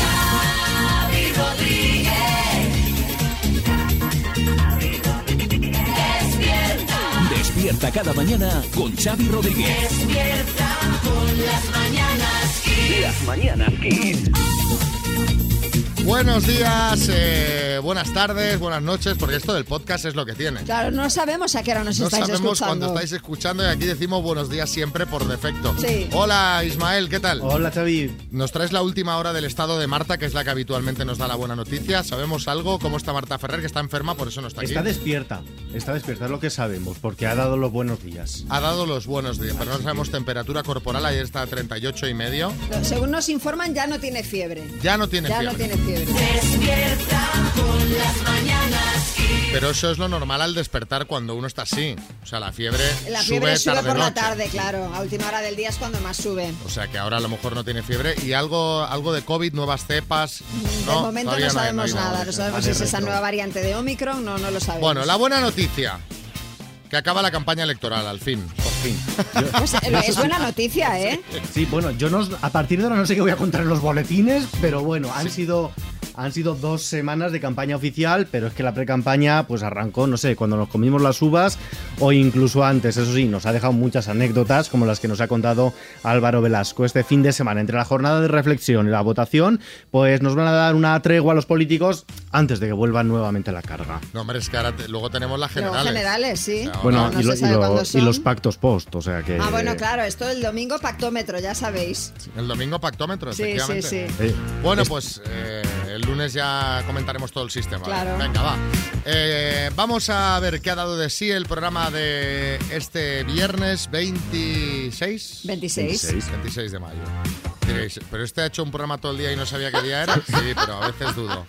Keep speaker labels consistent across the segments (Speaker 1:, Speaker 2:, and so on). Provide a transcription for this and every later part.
Speaker 1: Xavi Rodríguez. Despierta,
Speaker 2: Despierta cada mañana con Xavi Rodríguez.
Speaker 1: despierta con las mañanas Kiss.
Speaker 2: Las mañanas Kiss.
Speaker 3: Buenos días, eh, buenas tardes, buenas noches, porque esto del podcast es lo que tiene.
Speaker 4: Claro, no sabemos a qué hora nos
Speaker 3: No
Speaker 4: estáis
Speaker 3: sabemos cuando
Speaker 4: escuchando.
Speaker 3: estáis escuchando y aquí decimos buenos días siempre por defecto.
Speaker 4: Sí.
Speaker 3: Hola Ismael, ¿qué tal?
Speaker 5: Hola Xavi,
Speaker 3: Nos traes la última hora del estado de Marta, que es la que habitualmente nos da la buena noticia. ¿Sabemos algo? ¿Cómo está Marta Ferrer, que está enferma, por eso no está aquí?
Speaker 5: está despierta, está despierta es lo que sabemos, porque ha dado los buenos días.
Speaker 3: Ha dado los buenos días, pero no sabemos temperatura corporal, ayer está a 38 y medio.
Speaker 4: No, Según nos informan, ya no tiene fiebre.
Speaker 3: Ya no tiene
Speaker 4: ya no
Speaker 3: fiebre.
Speaker 4: tiene fiebre.
Speaker 1: Despierta con las mañanas Kiss.
Speaker 3: Pero eso es lo normal al despertar cuando uno está así. O sea, la fiebre,
Speaker 4: La fiebre sube,
Speaker 3: tarde
Speaker 4: por la
Speaker 3: noche.
Speaker 4: tarde, claro. A última hora del día es cuando más sube.
Speaker 3: O sea que ahora a lo mejor no tiene fiebre. Y algo, algo de COVID, nuevas cepas.
Speaker 4: De momento
Speaker 3: todavía
Speaker 4: no
Speaker 3: hay- no hay
Speaker 4: sabemos nada. No
Speaker 3: noticia.
Speaker 4: sabemos si
Speaker 5: Vale,
Speaker 4: es esa
Speaker 5: retro.
Speaker 4: nueva variante de Omicron, no, no lo sabemos.
Speaker 3: Bueno, la buena noticia. Que acaba la campaña electoral, al fin.
Speaker 5: Por fin.
Speaker 4: Pues, eh, es buena noticia, ¿eh?
Speaker 5: Sí, bueno, yo no, a partir de ahora no sé qué voy a contar en los boletines, pero bueno, han sido han sido dos semanas de campaña oficial, pero es que la precampaña pues arrancó, no sé, cuando nos comimos las uvas o incluso antes. Eso sí, nos ha dejado muchas anécdotas como las que nos ha contado Álvaro Velasco este fin de semana. Entre la jornada de reflexión y la votación, pues nos van a dar una tregua a los políticos antes de que vuelvan nuevamente a la carga.
Speaker 3: No, hombre, es que ahora te- luego tenemos las
Speaker 4: Luego
Speaker 3: generales.
Speaker 4: generales, sí.
Speaker 3: O sea,
Speaker 5: Bueno,
Speaker 4: no
Speaker 5: y,
Speaker 4: se
Speaker 5: lo- y
Speaker 4: sabe
Speaker 5: lo-
Speaker 4: cuándo
Speaker 5: y
Speaker 4: son.
Speaker 5: los pactos post, o sea que...
Speaker 4: Ah, bueno, claro, esto el domingo pactómetro, ya sabéis.
Speaker 3: El domingo pactómetro,
Speaker 4: Sí, sí,
Speaker 3: efectivamente.
Speaker 4: sí.
Speaker 5: Eh,
Speaker 3: Bueno, pues eh, el lunes ya comentaremos todo el sistema.
Speaker 4: Claro.
Speaker 3: Venga, va. Eh, vamos a ver qué ha dado de sí el programa de este viernes 26.
Speaker 4: 26.
Speaker 5: 26.
Speaker 3: 26 de mayo. Diréis, pero este ha hecho un programa todo el día y no sabía qué día era. Sí, pero a veces dudo.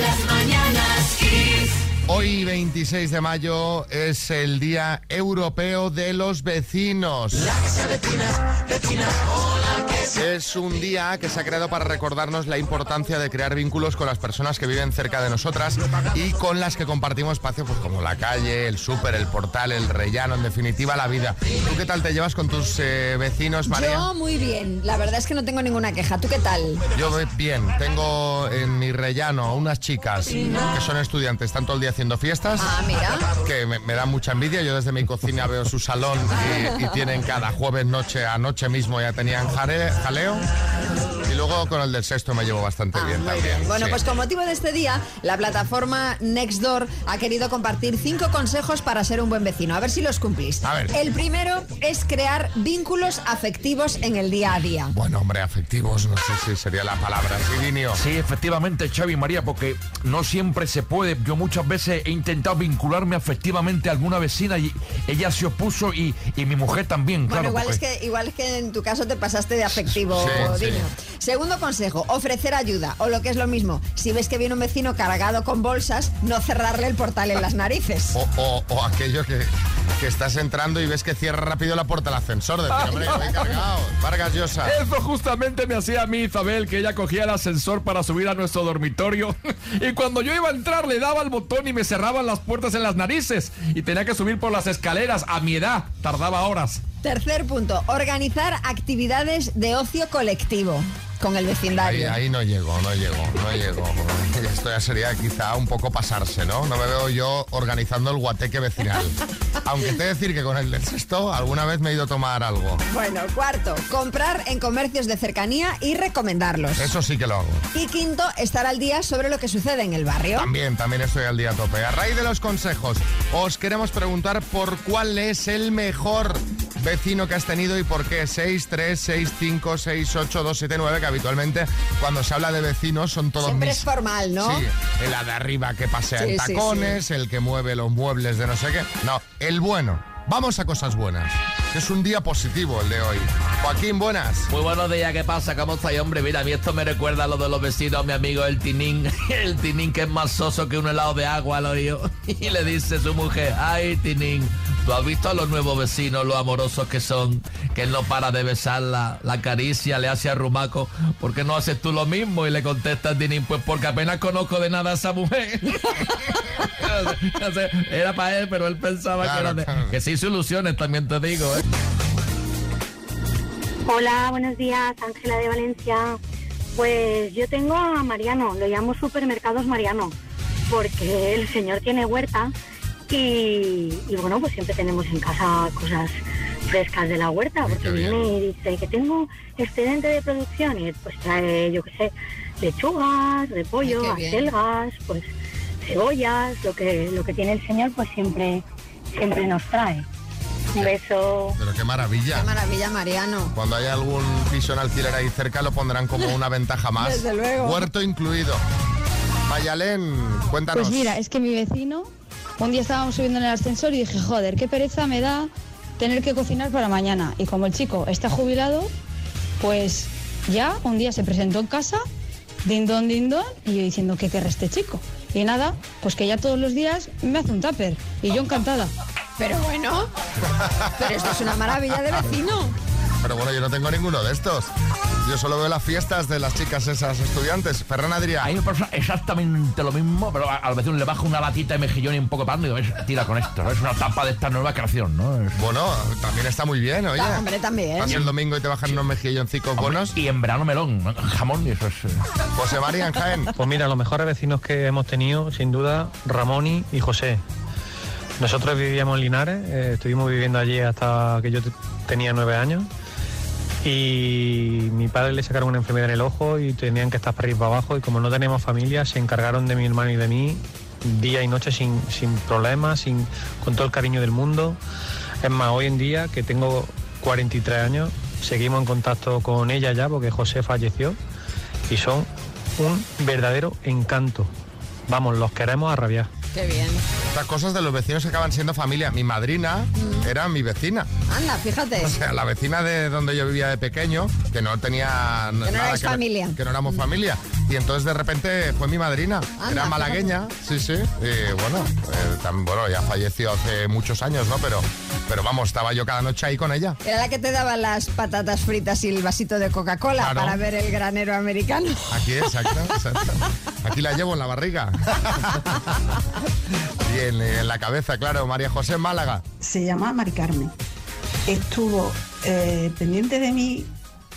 Speaker 1: Las mañanas Kiss.
Speaker 3: Hoy 26 de mayo es el Día Europeo de los Vecinos. Es un día que se ha creado para recordarnos la importancia de crear vínculos con las personas que viven cerca de nosotras y con las que compartimos espacios pues, como la calle, el súper, el portal, el rellano, en definitiva la vida. ¿Tú qué tal te llevas con tus eh, vecinos, María?
Speaker 4: Yo muy bien, la verdad es que no tengo ninguna queja. ¿Tú qué tal?
Speaker 3: Yo voy bien, tengo en mi rellano a unas chicas que son estudiantes, están todo el día haciendo fiestas.
Speaker 4: Ah, mira.
Speaker 3: Que me, me da mucha envidia, yo desde mi cocina veo su salón y, y tienen cada jueves noche a noche mismo ya tenían jare- jaleo. Y luego con el del sexto me llevo bastante
Speaker 4: Ah,
Speaker 3: bien
Speaker 4: muy
Speaker 3: también.
Speaker 4: bien. Bueno,
Speaker 3: sí.
Speaker 4: pues con motivo de este día, la plataforma Nextdoor ha querido compartir cinco consejos para ser un buen vecino. A ver si los cumplís.
Speaker 3: A ver.
Speaker 4: El primero es crear vínculos afectivos en el día a día.
Speaker 3: Bueno, hombre, afectivos, no sé si sería la palabra. Sirinio.
Speaker 6: Sí, efectivamente, Xavi y María, porque no siempre se puede. Yo muchas veces he intentado vincularme afectivamente a alguna vecina y ella se opuso y, y mi mujer también,
Speaker 4: Bueno,
Speaker 6: claro.
Speaker 4: igual es,
Speaker 6: porque-
Speaker 4: que, igual es que en tu caso te pasaste de afectivo,
Speaker 3: Sí, sí.
Speaker 4: Dino. Segundo consejo, ofrecer ayuda, o lo que es lo mismo, si ves que viene un vecino cargado con bolsas, no cerrarle el portal en las narices.
Speaker 3: O, o- o aquello que, que estás entrando y ves que cierra rápido la puerta el ascensor. Decir, hombre, que voy cargado. Vargas Llosa.
Speaker 6: Eso justamente me hacía a mí Isabel, que ella cogía el ascensor para subir a nuestro dormitorio. Y cuando yo iba a entrar, le daba el botón y me cerraban las puertas en las narices. Y tenía que subir por las escaleras. A mi edad, tardaba horas.
Speaker 4: Tercer punto, organizar actividades de ocio colectivo con el
Speaker 3: Ahí,
Speaker 4: vecindario.
Speaker 3: ahí no llego, no llego, no llego. Esto ya sería quizá un poco pasarse, ¿no? No me veo yo organizando el guateque vecinal. Aunque te he de decir que con el del sexto alguna vez me he ido a tomar algo.
Speaker 4: Bueno, cuarto, comprar en comercios de cercanía y recomendarlos.
Speaker 3: Eso sí que lo hago.
Speaker 4: Y quinto, estar al día sobre lo que sucede en el barrio.
Speaker 3: También, también estoy al día a tope. A raíz de los consejos, os queremos preguntar por cuál es el mejor vecino que has tenido y por qué 6, 3, 6, 5, 6, 8, 2, 7, 9, que habitualmente cuando se habla de vecinos son todos
Speaker 4: Siempre
Speaker 3: mis-
Speaker 4: es formal, ¿no?
Speaker 3: Sí, el de arriba que pasea
Speaker 4: Sí,
Speaker 3: en
Speaker 4: sí,
Speaker 3: tacones, el que mueve los muebles de no sé qué. No, el bueno. Vamos a cosas buenas. que Es un día positivo el de hoy. Joaquín, buenas.
Speaker 7: Muy buenos días, ¿qué pasa? ¿Cómo estáis, hombre? Mira, a mí esto me recuerda a lo de los vecinos, mi amigo el Tinín. El Tinín que es más soso que un helado de agua, lo oído. Y le dice su mujer, ay, Tinín,
Speaker 6: ¿Tú has visto a los nuevos vecinos, los amorosos que son? Que él no para de besarla, la acaricia, le hace arrumaco. ¿Por qué no haces tú lo mismo? Y le contesta Tinín, pues porque apenas conozco de nada a esa mujer. O sea, era para él, pero él pensaba
Speaker 3: Claro,
Speaker 6: que era de-
Speaker 3: claro.
Speaker 6: Que se hizo ilusiones, también te digo, ¿eh?
Speaker 8: Hola, buenos días, Ángela de Valencia. Pues yo tengo a Mariano, lo llamo Supermercados Mariano, porque el señor tiene huerta y, y bueno, pues siempre tenemos en casa cosas frescas de la huerta, porque
Speaker 3: qué bien.
Speaker 8: viene y dice que tengo excedente de producción y pues trae, yo qué sé, lechugas, repollo,
Speaker 4: Ay, qué bien.
Speaker 8: acelgas, pues cebollas, lo que, lo que tiene el señor pues siempre, siempre nos trae. Un beso.
Speaker 3: Pero qué maravilla.
Speaker 4: Qué maravilla, Mariano.
Speaker 3: Cuando haya algún piso en alquiler ahí cerca lo pondrán como una ventaja más.
Speaker 4: Desde luego.
Speaker 3: Huerto incluido. Mayalén, cuéntanos.
Speaker 9: Pues mira, es que mi vecino, un día estábamos subiendo en el ascensor y dije, joder, qué pereza me da tener que cocinar para mañana. Y como el chico está jubilado, pues ya un día se presentó en casa, din don, din don, y yo diciendo, ¿qué querrá este chico? Y nada, pues que ya todos los días me hace un tupper. Y yo encantada.
Speaker 4: Pero bueno, pero esto es una maravilla de vecino.
Speaker 3: Pero bueno, yo no tengo ninguno de estos. Yo solo veo las fiestas de las chicas esas estudiantes. Ferran
Speaker 6: A mí
Speaker 3: Adrià.
Speaker 6: me pasa exactamente lo mismo, pero a- al vecino le bajo una latita de mejillón y un poco de pan y digo, "Es- tira con esto, ¿no? es una tapa de esta nueva creación, ¿no? Es-
Speaker 3: Bueno, también está ¿eh? muy bien, oye.
Speaker 4: Ta- Ah, hombre, también.
Speaker 3: Vas el domingo y te bajan unos mejilloncicos buenos.
Speaker 6: Y en verano melón, ¿no? jamón y eso es... eh.
Speaker 3: José María en Jaén.
Speaker 10: Pues mira, los mejores vecinos que hemos tenido, sin duda, Ramoni y José. Nosotros vivíamos en Linares, eh, estuvimos viviendo allí hasta que yo te- tenía nueve años. Y mi padre le sacaron una enfermedad en el ojo y tenían que estar para arriba y para abajo. Y como no teníamos familia, se encargaron de mi hermano y de mí día y noche sin, sin problemas, sin, con todo el cariño del mundo. Es más, hoy en día, que tengo 43 años, seguimos en contacto con ella ya porque José falleció y son un verdadero encanto. Vamos, los queremos a rabiar.
Speaker 4: Qué bien.
Speaker 3: Estas cosas de los vecinos que acaban siendo familia. Mi madrina
Speaker 4: Mm.
Speaker 3: era mi vecina.
Speaker 4: Anda, fíjate.
Speaker 3: O sea, la vecina de donde yo vivía de pequeño, que no tenía n-
Speaker 4: Que no
Speaker 3: nada
Speaker 4: erais
Speaker 3: que, ver-
Speaker 4: familia.
Speaker 3: que no éramos familia. Y entonces de repente fue mi madrina.
Speaker 4: Anda,
Speaker 3: era malagueña, sí, sí. Y bueno, eh, tam- bueno, ya falleció hace muchos años, ¿no? Pero, pero vamos, estaba yo cada noche ahí con ella.
Speaker 4: Era la que te daba las patatas fritas y el vasito de Coca-Cola
Speaker 3: Claro.
Speaker 4: para ver el granero americano.
Speaker 3: Aquí, exacto, exacto. Aquí la llevo en la barriga. Y en, en la cabeza, claro. María José Málaga.
Speaker 11: se llama Mari Carmen. Estuvo eh, pendiente de mí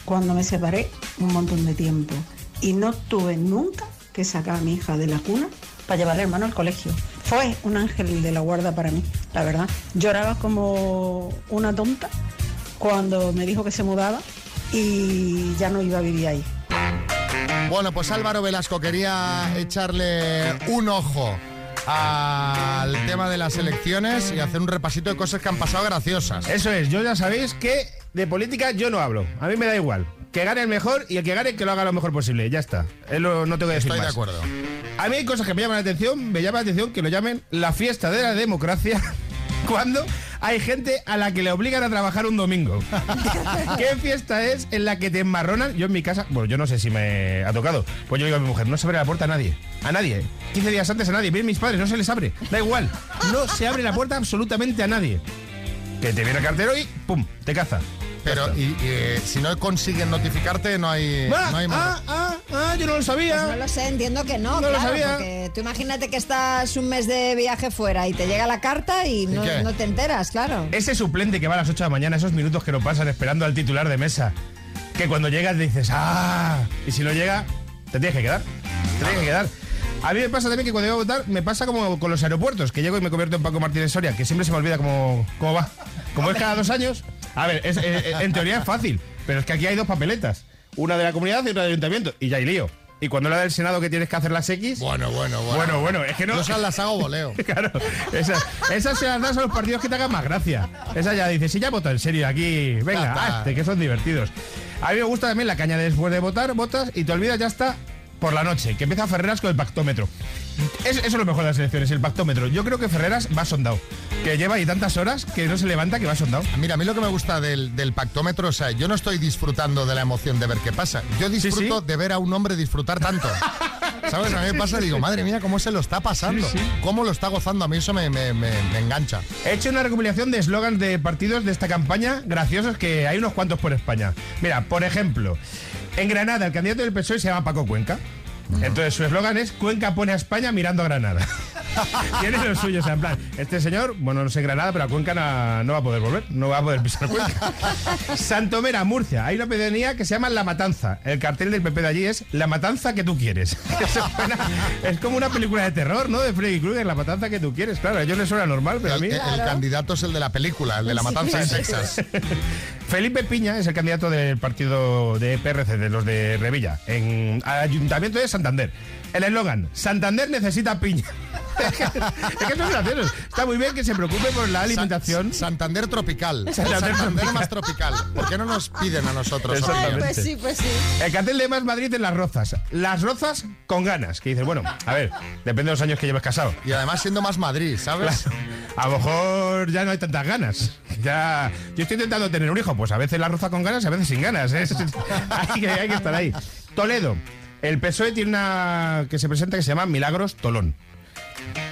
Speaker 11: cuando me separé un montón de tiempo y no tuve nunca que sacar a mi hija de la cuna para llevarle hermano al colegio. Fue un ángel de la guarda para mí, la verdad. Lloraba como una tonta cuando me dijo que se mudaba y ya no iba a vivir ahí.
Speaker 3: Bueno, pues Álvaro Velasco quería echarle un ojo al tema de las elecciones y hacer un repasito de cosas que han pasado graciosas.
Speaker 12: Eso es, yo ya sabéis que de política yo no hablo. A mí me da igual. Que gane el mejor y el que gane que lo haga lo mejor posible. Ya está. Es lo- no tengo que decir
Speaker 3: Estoy de
Speaker 12: más.
Speaker 3: acuerdo.
Speaker 12: A mí hay cosas que me llaman la atención. Me llama la atención que lo llamen la fiesta de la democracia cuando hay gente a la que le obligan a trabajar un domingo. ¿Qué fiesta es en la que te enmarronan? Yo en mi casa, bueno, yo no sé si me ha tocado. Pues yo digo a mi mujer, no se abre la puerta a nadie. A nadie. 15 días antes a nadie. Vienen mis padres, no se les abre. Da igual. No se abre la puerta absolutamente a nadie. Que te viene el cartero y ¡pum! Te caza.
Speaker 3: Pero y, y, eh, si no consiguen notificarte, no hay,
Speaker 12: Ah,
Speaker 3: no hay
Speaker 12: ah,
Speaker 3: manera.
Speaker 12: ah, ah, yo no lo sabía.
Speaker 4: Pues no lo sé, entiendo que no,
Speaker 12: No lo
Speaker 4: claro,
Speaker 12: sabía.
Speaker 4: porque tú imagínate que estás un mes de viaje fuera y te llega la carta y no,
Speaker 3: qué?
Speaker 4: no te enteras, claro.
Speaker 12: Ese suplente que va a las 8 de la mañana, esos minutos que no pasan esperando al titular de mesa, que cuando llegas dices, ¡ah! Y si no llega, te tienes que quedar. Te tienes que quedar. A mí me pasa también que cuando voy a votar, me pasa como con los aeropuertos, que llego y me convierto en Paco Martínez Soria, que siempre se me olvida cómo, cómo va. Como es cada dos años. A ver, es- eh, eh, en teoría es fácil, pero es que aquí hay dos papeletas. Una de la comunidad y otra del ayuntamiento. Y ya hay lío. Y cuando la del Senado que tienes que hacer las X...
Speaker 3: Bueno, bueno, bueno.
Speaker 12: Bueno, bueno, es que no...
Speaker 3: Yo esas las hago voleo.
Speaker 12: Claro, esas, esas se las das a los partidos que te hagan más gracia. Esa ya dices, si ya voto en serio aquí,
Speaker 3: Ya
Speaker 12: venga,
Speaker 3: está.
Speaker 12: hazte, que son divertidos. A mí me gusta también la caña de después de votar, votas y te olvidas ya está por la noche, que empieza Ferreras con el pactómetro. Es- eso es lo mejor de las elecciones, el pactómetro. Yo creo que Ferreras va sondado, que lleva ahí tantas horas que no se levanta que va sondado.
Speaker 3: Mira, a mí lo que me gusta del, del pactómetro, o sea, yo no estoy disfrutando de la emoción de ver qué pasa. Yo disfruto
Speaker 12: sí.
Speaker 3: de ver a un hombre disfrutar tanto. ¿Sabes? A mí me pasa, digo, madre mía, cómo se lo está pasando. Cómo lo está gozando. A mí eso me, me- me- me engancha.
Speaker 12: He hecho una recopilación de eslogans de partidos de esta campaña graciosos que hay unos cuantos por España. Mira, por ejemplo, en Granada el candidato del PSOE E se llama Paco Cuenca. Entonces su eslogan es Cuenca pone a España mirando a Granada. Tiene lo suyo, o sea, en plan, este señor, bueno, no sé Granada, pero a Cuenca na- no va a poder volver, no va a poder pisar Cuenca. Santomera, Murcia, hay una pedanía que se llama La Matanza. El cartel del PP de allí es La Matanza que tú quieres. Eso suena- es como una película de terror, ¿no? De Freddy Krueger, La Matanza que tú quieres. Claro, a ellos les suena normal, pero a mí...
Speaker 3: El- el Claro.
Speaker 12: candidato es el de la película, el
Speaker 3: de La Matanza en Texas.
Speaker 12: Felipe Piña es el candidato del partido de PRC, de los de Revilla, en Ayuntamiento de Santander. El eslogan, Santander necesita a Piña. es que son graciosos. Está muy bien que se preocupe por la alimentación.
Speaker 3: Santander tropical.
Speaker 12: Santander
Speaker 3: Santander más tropical. ¿Por qué no nos piden a nosotros?
Speaker 12: Exactamente.
Speaker 3: opinión?
Speaker 12: Pues sí,
Speaker 4: pues sí.
Speaker 12: El cartel de Más Madrid en Las Rozas. Las Rozas con ganas. Que dices, bueno, a ver, depende de los años que lleves casado. Y además siendo Más Madrid, ¿sabes? A lo mejor ya no hay tantas ganas. Ya, yo estoy intentando tener un hijo, pues a veces la roza con ganas, a veces sin ganas. ¿eh? hay, que, hay que estar ahí. Toledo. El PSOE E tiene una que se presenta que se llama Milagros Tolón.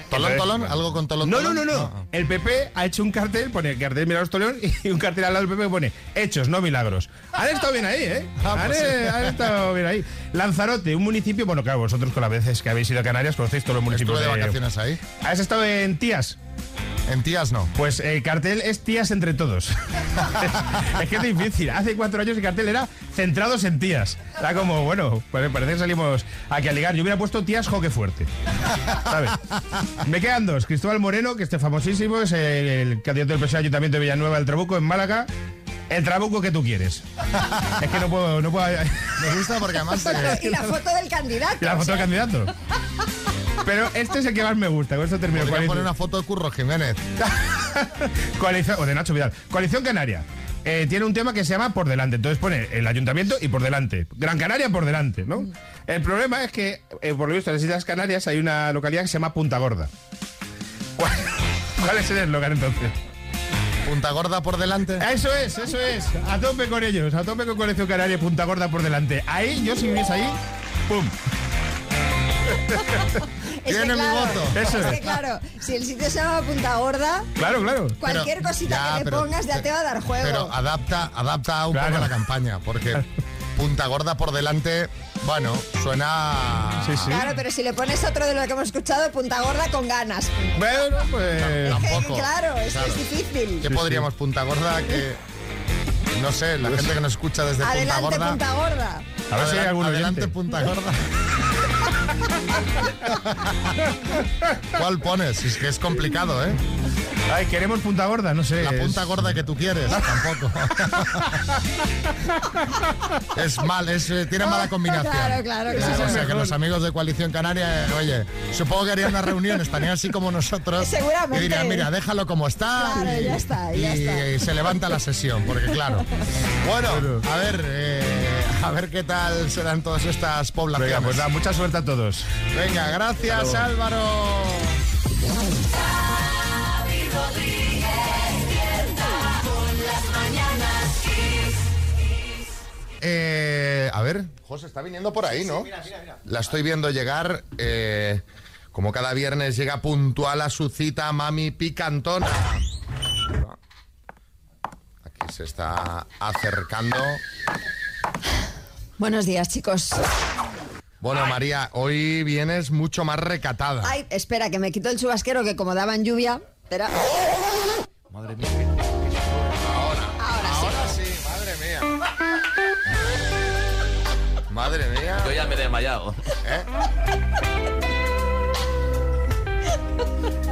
Speaker 3: ¿Tolón, tolón? ¿Algo con tolón?
Speaker 12: No, no,
Speaker 3: tolón?
Speaker 12: no, no.
Speaker 3: Ah,
Speaker 12: El PP ha hecho un cartel, pone el cartel Milagros Tolón y un cartel al lado del PP que pone Hechos, no milagros. Han estado bien ahí, ¿eh?
Speaker 3: Ah,
Speaker 12: Han,
Speaker 3: pues sí.
Speaker 12: eh, han estado bien ahí. Lanzarote, un municipio, bueno, claro, vosotros con las veces que habéis ido a Canarias conocéis todos los municipios.
Speaker 3: Estuve de vacaciones
Speaker 12: ahí. ¿Has estado en Tías? En Tías no. Pues el cartel es Tías entre todos. es, que es difícil. Hace cuatro años el cartel era Centrados en Tías. Era como, bueno, pues parece que salimos aquí a ligar. Yo hubiera puesto Tías Joque Fuerte. ¿Sabes? Me quedan dos. Cristóbal Moreno, que este famosísimo, es el, el candidato del PSOE al Ayuntamiento de Villanueva del Trabuco, en Málaga. El trabuco que tú quieres. Es que no puedo... No puedo... Me gusta porque
Speaker 4: y la foto del candidato.
Speaker 12: la foto del candidato. Pero este es el que más me gusta. Con esto termino.
Speaker 3: Podría poner una
Speaker 12: foto de Curro Jiménez. Coalición, o de Nacho Vidal. Coalición Canaria. Eh, tiene un tema que se llama Por Delante. Entonces pone el ayuntamiento y por delante. Gran Canaria por delante, ¿no? El problema es que, eh, por lo visto, en las Islas Canarias hay una localidad que se llama Punta Gorda. ¿Cuál, cuál es el eslogan entonces? Punta Gorda por delante. Eso es, eso es. A tope con ellos, a tope con Coalición Canaria, Punta Gorda por delante. Ahí, yo si viviese ahí, ¡pum!
Speaker 4: Es que
Speaker 12: Tiene mi
Speaker 4: claro,
Speaker 12: voto. Eso
Speaker 4: es que
Speaker 12: es.
Speaker 4: claro, si el sitio se llama Punta Gorda,
Speaker 12: Claro, claro.
Speaker 4: cualquier
Speaker 3: Pero-
Speaker 4: cosita
Speaker 3: ya,
Speaker 4: que le
Speaker 3: pero-
Speaker 4: pongas ya te va a dar juego.
Speaker 3: Pero
Speaker 12: ah,
Speaker 3: adapta, adapta un poco la campaña, porque Punta Gorda por delante, bueno, suena...
Speaker 4: Claro, pero si le pones otro de lo que hemos escuchado, Punta Gorda con ganas.
Speaker 12: Bueno, pues...
Speaker 3: Tampoco.
Speaker 4: Claro, es,
Speaker 3: Claro.
Speaker 4: es difícil.
Speaker 3: ¿Qué podríamos, Punta Gorda, que... No sé, la gente que nos escucha desde
Speaker 4: Adelante,
Speaker 3: Punta Gorda...
Speaker 4: Punta Gorda.
Speaker 12: A ver si hay algún
Speaker 3: Adelante,
Speaker 12: oyente.
Speaker 3: Punta Gorda. ¿Cuál pones? Es que es complicado, ¿eh?
Speaker 12: Ay, queremos punta gorda, no sé.
Speaker 3: La punta gorda que tú quieres, tampoco. es mal, es, eh, tiene mala combinación.
Speaker 4: Ah, Claro, claro,
Speaker 3: Eh,
Speaker 4: claro.
Speaker 3: O sea, que los amigos de Coalición Canaria, eh, oye, supongo que harían una reunión, estarían así como nosotros.
Speaker 4: Seguramente.
Speaker 3: Y dirían, mira, déjalo como está.
Speaker 4: Claro,
Speaker 3: y,
Speaker 4: ya está, ya
Speaker 3: y-
Speaker 4: está.
Speaker 3: y se levanta la sesión, porque claro. Bueno, a ver, eh, a ver qué tal se dan todas estas poblaciones.
Speaker 12: Venga, pues nada, mucha suerte a todos.
Speaker 3: Venga, gracias
Speaker 12: Hasta luego.
Speaker 3: Álvaro.
Speaker 1: Xavi Rodríguez, despierta con las mañanas Kiss.
Speaker 3: Eh, a ver, José está viniendo por ahí, ¿no? La estoy viendo llegar. eh, como cada viernes llega puntual a su cita, mami picantona. Aquí se está acercando.
Speaker 4: Buenos días, chicos.
Speaker 3: Bueno, María, hoy vienes mucho más recatada.
Speaker 4: Ay, espera, que me quito el chubasquero que como daban lluvia. Era...
Speaker 3: Madre mía. Ahora, ahora, sí. madre mía. Madre mía. ¿Eh?
Speaker 6: Yo ya me he desmayado.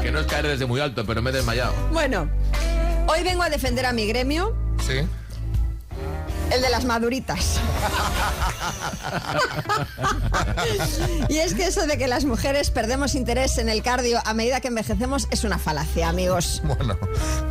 Speaker 6: Que no es caer desde muy alto, pero me he desmayado.
Speaker 4: Bueno, hoy vengo a defender a mi gremio,
Speaker 3: Sí.
Speaker 4: el de las maduritas. Y es que eso de que las mujeres perdemos interés en el cardio a medida que envejecemos es una falacia, amigos.
Speaker 3: Bueno,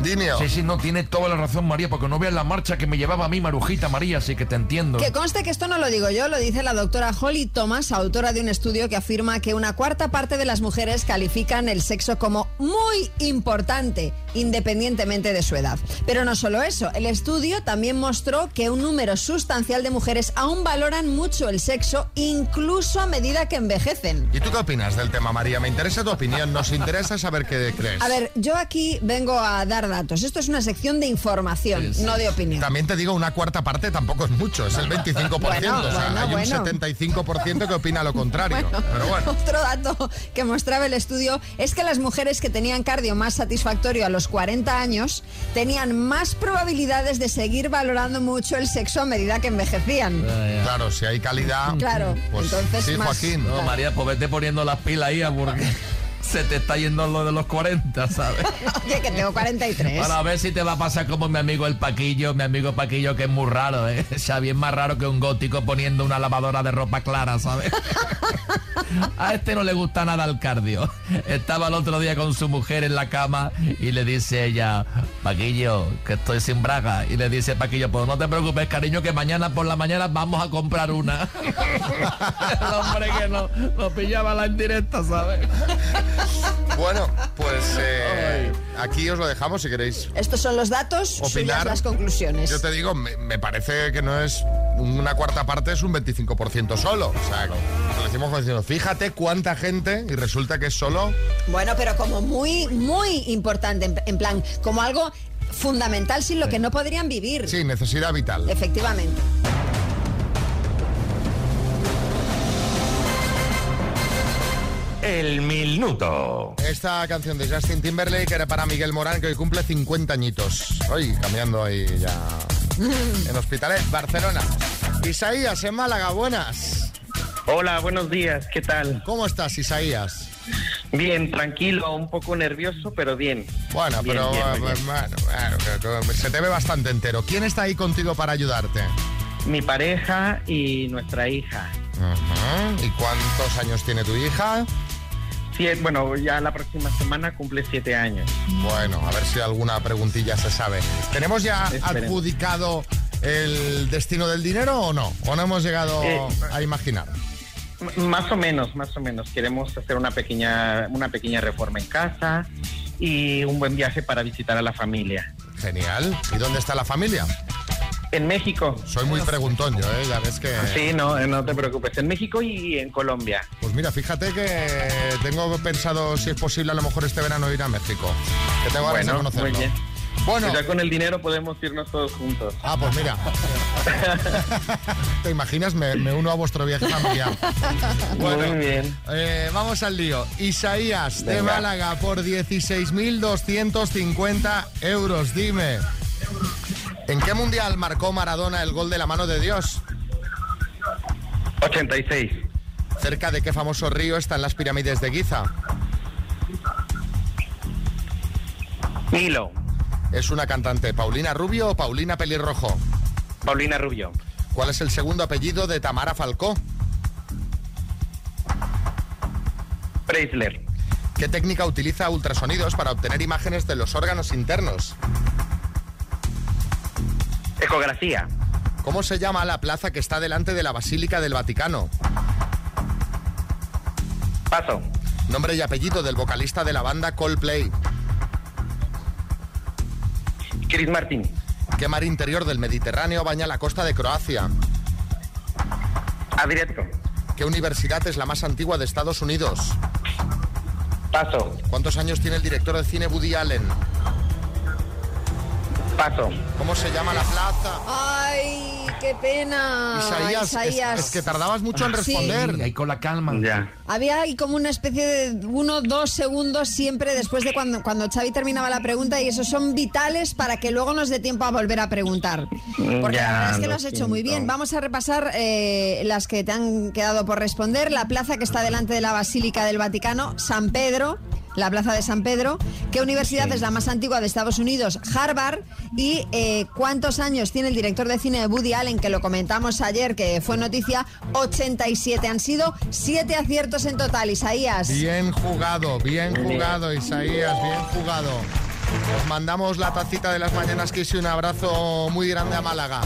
Speaker 3: Dinio.
Speaker 6: Sí, sí, no, tiene toda la razón María, porque no veas la marcha que me llevaba a mí Marujita María, así que te entiendo.
Speaker 4: Que conste que esto no lo digo yo, lo dice la doctora Holly Thomas, autora de un estudio que afirma que una cuarta parte de las mujeres califican el sexo como muy importante, independientemente de su edad. Pero no solo eso, el estudio también mostró que un número sustancial de mujeres aún valoran mucho el sexo, incluso a medida que envejecen.
Speaker 3: ¿Y tú qué opinas del tema, María? Me interesa tu opinión, nos interesa saber qué crees.
Speaker 4: A ver, yo aquí vengo a dar datos. Esto es una sección de información, no de opinión.
Speaker 3: También te digo, una cuarta parte tampoco es mucho, es el 25%.
Speaker 4: Bueno,
Speaker 3: o sea,
Speaker 4: bueno,
Speaker 3: hay
Speaker 4: bueno.
Speaker 3: un 75% que opina lo contrario. Pero bueno.
Speaker 4: Otro dato que mostraba el estudio es que las mujeres que tenían cardio más satisfactorio a los 40 años tenían más probabilidades de seguir valorando mucho el sexo a medida que envejecían.
Speaker 6: Eh,
Speaker 3: Claro, si hay calidad.
Speaker 4: Claro,
Speaker 3: pues
Speaker 4: entonces
Speaker 3: sí,
Speaker 4: más-
Speaker 3: Joaquín.
Speaker 6: No, María, pues vete poniendo las pilas ahí porque se te está yendo lo de los 40, ¿sabes?
Speaker 4: Oye, que tengo 43.
Speaker 6: Para ver si te va a pasar como mi amigo el Paquillo, mi amigo Paquillo que es muy raro, ¿eh? Xavi es más raro que un gótico poniendo una lavadora de ropa clara, ¿sabes? A este no le gusta nada el cardio. Estaba el otro día con su mujer en la cama y le dice ella, Paquillo, que estoy sin braga. Y le dice Paquillo, pues no te preocupes, cariño, que mañana por la mañana vamos a comprar una. el hombre que no, no pillaba la indirecta, ¿sabes?
Speaker 3: Bueno, pues eh, aquí os lo dejamos si queréis
Speaker 4: Estos son los datos, suyas
Speaker 3: opinar.
Speaker 4: las conclusiones.
Speaker 3: Yo te digo, me, me parece que no es una cuarta parte, es un 25% solo. O sea, lo decimos como diciendo, fíjate cuánta gente y resulta que es solo
Speaker 4: Bueno, pero como muy, muy importante, en- en plan, como algo fundamental sin lo que no podrían vivir.
Speaker 3: Sí, necesidad vital.
Speaker 4: Efectivamente.
Speaker 3: El minuto. Esta canción de Justin Timberlake era para Miguel Morán, que hoy cumple 50 añitos. Hoy cambiando ahí ya. En Hospitalet, Barcelona. Isaías, en Málaga, buenas.
Speaker 13: Hola, buenos días, ¿qué tal?
Speaker 3: ¿Cómo estás, Isaías?
Speaker 13: Bien, tranquilo, un poco nervioso, pero bien.
Speaker 3: Bueno,
Speaker 13: Bien,
Speaker 3: pero
Speaker 13: bien,
Speaker 3: eh,
Speaker 13: bien.
Speaker 3: bueno, bueno, que- que se te ve bastante entero. ¿Quién está ahí contigo para ayudarte?
Speaker 13: Mi pareja y nuestra hija.
Speaker 3: Ujú. ¿Y cuántos años tiene tu hija?
Speaker 13: Siete, eh, bueno, ya la próxima semana cumple siete años.
Speaker 3: Bueno, a ver si alguna preguntilla se sabe. ¿Tenemos ya
Speaker 13: Esperemos.
Speaker 3: adjudicado el destino del dinero o no? ¿O no hemos llegado
Speaker 13: Eh,
Speaker 3: a imaginar?
Speaker 13: M- más o menos, más o menos. Queremos hacer una pequeña, una pequeña reforma en casa y un buen viaje para visitar a la familia.
Speaker 3: Genial. ¿Y dónde está la familia?
Speaker 13: En México.
Speaker 3: Soy muy preguntón yo, ¿eh? Ya ves que...
Speaker 13: Sí, no, eh, no te preocupes. En México y en Colombia.
Speaker 3: Pues mira, fíjate que tengo pensado si es posible a lo mejor este verano ir a México. Que tengo ganas de
Speaker 13: Bueno,
Speaker 3: conocerlo.
Speaker 13: muy bien.
Speaker 3: Bueno.
Speaker 13: Pues ya con el dinero podemos irnos todos juntos.
Speaker 3: Ah, pues mira. ¿Te imaginas? Me, me uno a vuestro viaje familiar. Bueno,
Speaker 13: Muy bien.
Speaker 3: eh, vamos al lío. Isaías de
Speaker 13: Venga.
Speaker 3: Málaga por 16.250 euros. Dime, ¿en qué mundial marcó Maradona el gol de la mano de Dios?
Speaker 13: 86.
Speaker 3: ¿Cerca de qué famoso río están las pirámides de Giza?
Speaker 13: Nilo.
Speaker 3: ¿Es una cantante Paulina Rubio o Paulina Pelirrojo?
Speaker 13: Paulina Rubio.
Speaker 3: ¿Cuál es el segundo apellido de Tamara Falcó?
Speaker 13: Preisler.
Speaker 3: ¿Qué técnica utiliza ultrasonidos para obtener imágenes de los órganos internos?
Speaker 13: Ecografía.
Speaker 3: ¿Cómo se llama la plaza que está delante de la Basílica del Vaticano?
Speaker 13: Paso.
Speaker 3: Nombre y apellido del vocalista de la banda Coldplay.
Speaker 13: Chris Martin.
Speaker 3: ¿Qué mar interior del Mediterráneo baña la costa de Croacia?
Speaker 13: Adrietco.
Speaker 3: ¿Qué universidad es la más antigua de Estados Unidos?
Speaker 13: Paso.
Speaker 3: ¿Cuántos años tiene el director de cine Woody Allen?
Speaker 13: Paso.
Speaker 3: ¿Cómo se llama la plaza?
Speaker 4: Ay, qué pena.
Speaker 3: Isaías, es-
Speaker 4: Isaías.
Speaker 3: es que tardabas mucho en
Speaker 4: Sí.
Speaker 3: responder.
Speaker 6: ahí con la calma.
Speaker 13: Ya.
Speaker 4: Había ahí como una especie de uno, dos segundos siempre después de cuando, cuando Xavi terminaba la pregunta y esos son vitales para que luego nos dé tiempo a volver a preguntar. Porque
Speaker 13: Ya,
Speaker 4: la verdad es que lo
Speaker 13: lo
Speaker 4: has hecho muy
Speaker 13: siento.
Speaker 4: bien. Vamos a repasar eh, las que te han quedado por responder. La plaza que está delante de la Basílica del Vaticano, San Pedro. La plaza de San Pedro. ¿Qué universidad es la más antigua de Estados Unidos? Harvard. ¿Y eh, cuántos años tiene el director de cine de Woody Allen, que lo comentamos ayer, que fue noticia? 87. Han sido siete aciertos en total, Isaías.
Speaker 3: Bien jugado, bien jugado, Isaías, bien jugado. Os mandamos la tacita de las mañanas, Kiss, y un abrazo muy grande a Málaga.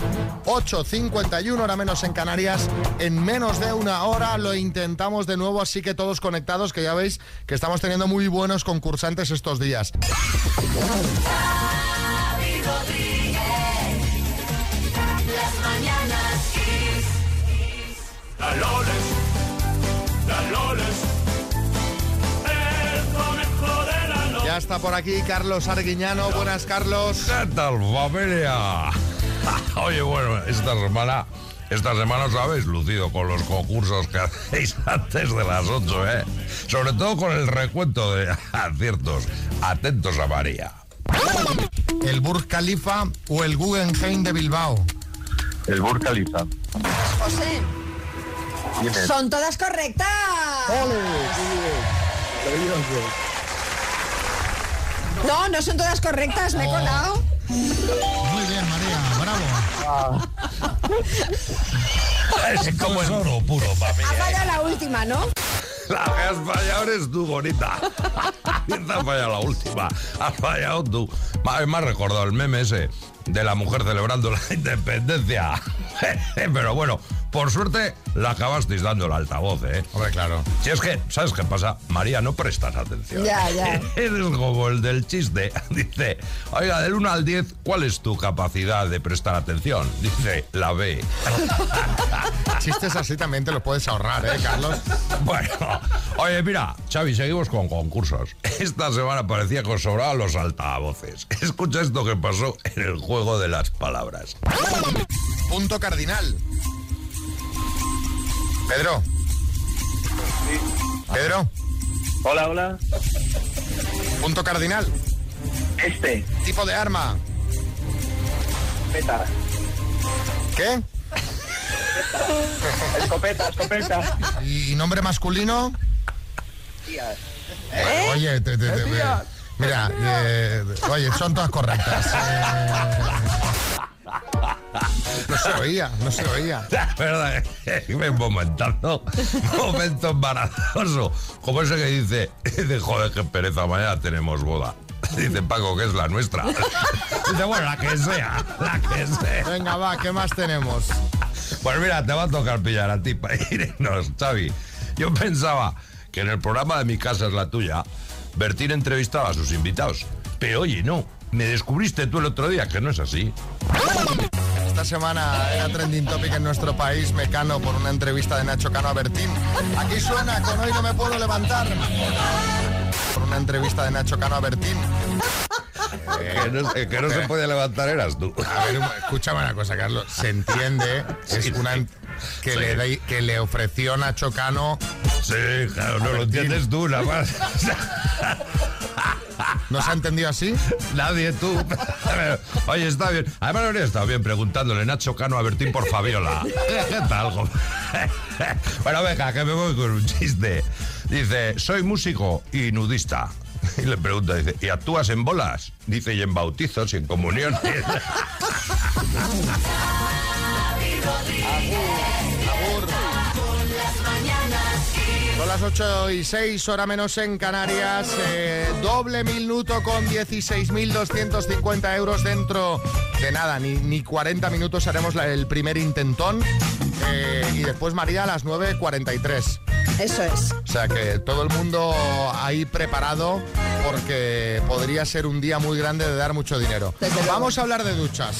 Speaker 3: 8.51, hora menos en Canarias. En menos de una hora lo intentamos de nuevo, así que todos conectados, que ya veis que estamos teniendo muy buenos concursantes estos días.
Speaker 1: Xavi Rodríguez. Las mañanas Kiss.
Speaker 14: Daloles, Daloles, el conejo de la noche.
Speaker 3: Ya está por aquí Carlos Arguiñano. Buenas, Carlos.
Speaker 15: ¿Qué tal, familia? Oye, bueno, esta semana, esta semana os habéis lucido con los concursos que hacéis antes de las 8, ¿eh? Sobre todo con el recuento de aciertos. Atentos a María.
Speaker 3: ¿El Burj Khalifa o el Guggenheim de Bilbao?
Speaker 16: El Burj Khalifa.
Speaker 4: José, son todas correctas. No, no son todas correctas, me he colado.
Speaker 3: Muy bien, María, bravo.
Speaker 15: Es como el oro puro, ¿eh? papi.
Speaker 4: Ha fallado la última, ¿no?
Speaker 15: La que has fallado eres tú, bonita. ¿Quién te ha fallado la última? Has fallado tú. Ma- Me ha recordado el meme ese de la mujer celebrando la independencia. Pero bueno, por suerte la acabasteis dando el altavoz, ¿eh?
Speaker 3: Hombre, claro.
Speaker 15: Si es que, ¿sabes qué pasa? María, no prestas atención.
Speaker 1: Ya, ya.
Speaker 15: Eres como el del chiste. Dice, oiga, del 1 al 10, ¿cuál es tu capacidad de prestar atención? Dice, la B.
Speaker 3: Chistes así también te los puedes ahorrar, ¿eh, Carlos?
Speaker 15: Bueno, oye, mira, Xavi, seguimos con concursos. Esta semana parecía que os sobraban los altavoces. Escucha esto que pasó en el juego de las palabras.
Speaker 3: Punto cardinal. Pedro. Pedro.
Speaker 13: Hola, hola.
Speaker 3: Punto cardinal.
Speaker 13: Este.
Speaker 3: Tipo de arma.
Speaker 13: Escopeta.
Speaker 3: ¿Qué?
Speaker 13: Escopeta, escopeta.
Speaker 3: ¿Y nombre masculino?
Speaker 13: Tías.
Speaker 3: Bueno, oye, te- te- te- mira, eh, oye, son todas correctas. Eh, no se oía, no se oía.
Speaker 15: ¿Verdad? eh, Me momentando. Momento embarazoso. Como ese que dice, dice, joder, qué pereza, mañana tenemos boda. Dice Paco que es la nuestra. Dice, bueno, la que sea, la que sea.
Speaker 3: Venga, va, ¿qué más tenemos?
Speaker 15: Pues mira, te va a tocar pillar a ti para irnos, Xavi. Yo pensaba que en el programa de Mi Casa es la Tuya, Bertín entrevistaba a sus invitados. Pero oye, no, me descubriste tú el otro día que no es así.
Speaker 3: Esta semana era trending topic en nuestro país, Mecano, por una entrevista de Nacho Cano a Bertín. Aquí suena, con hoy no me puedo levantar. Por una entrevista de Nacho Cano a Bertín.
Speaker 15: Que no, eh, que no se puede levantar eras tú.
Speaker 3: A ver, escúchame una cosa, Carlos. Se entiende es una en- que, le dai- que le ofreció Nacho Cano.
Speaker 15: Sí, claro, no lo entiendes tú, nada más.
Speaker 3: ¿No se ha entendido así?
Speaker 15: Nadie, tú. Oye, está bien. Además, habría estado bien preguntándole Nacho Cano a Bertín por Fabiola. ¿Qué tal? jo? Bueno, venga, que me voy con un chiste. Dice, soy músico y nudista. Y le pregunta, dice, ¿y actúas en bolas? Dice, y en bautizos y en comuniones.
Speaker 1: Xavi Rodríguez. Con las mañanas Kiss.
Speaker 3: Son las 8 y 6, hora menos en Canarias. eh, doble minuto con 16.250 euros dentro de nada. Ni, ni 40 minutos haremos la- el primer intentón. eh, y después María a las 9.43.
Speaker 4: Eso es.
Speaker 3: O sea que todo el mundo ahí preparado porque podría ser un día muy grande de dar mucho dinero. Vamos a hablar de duchas.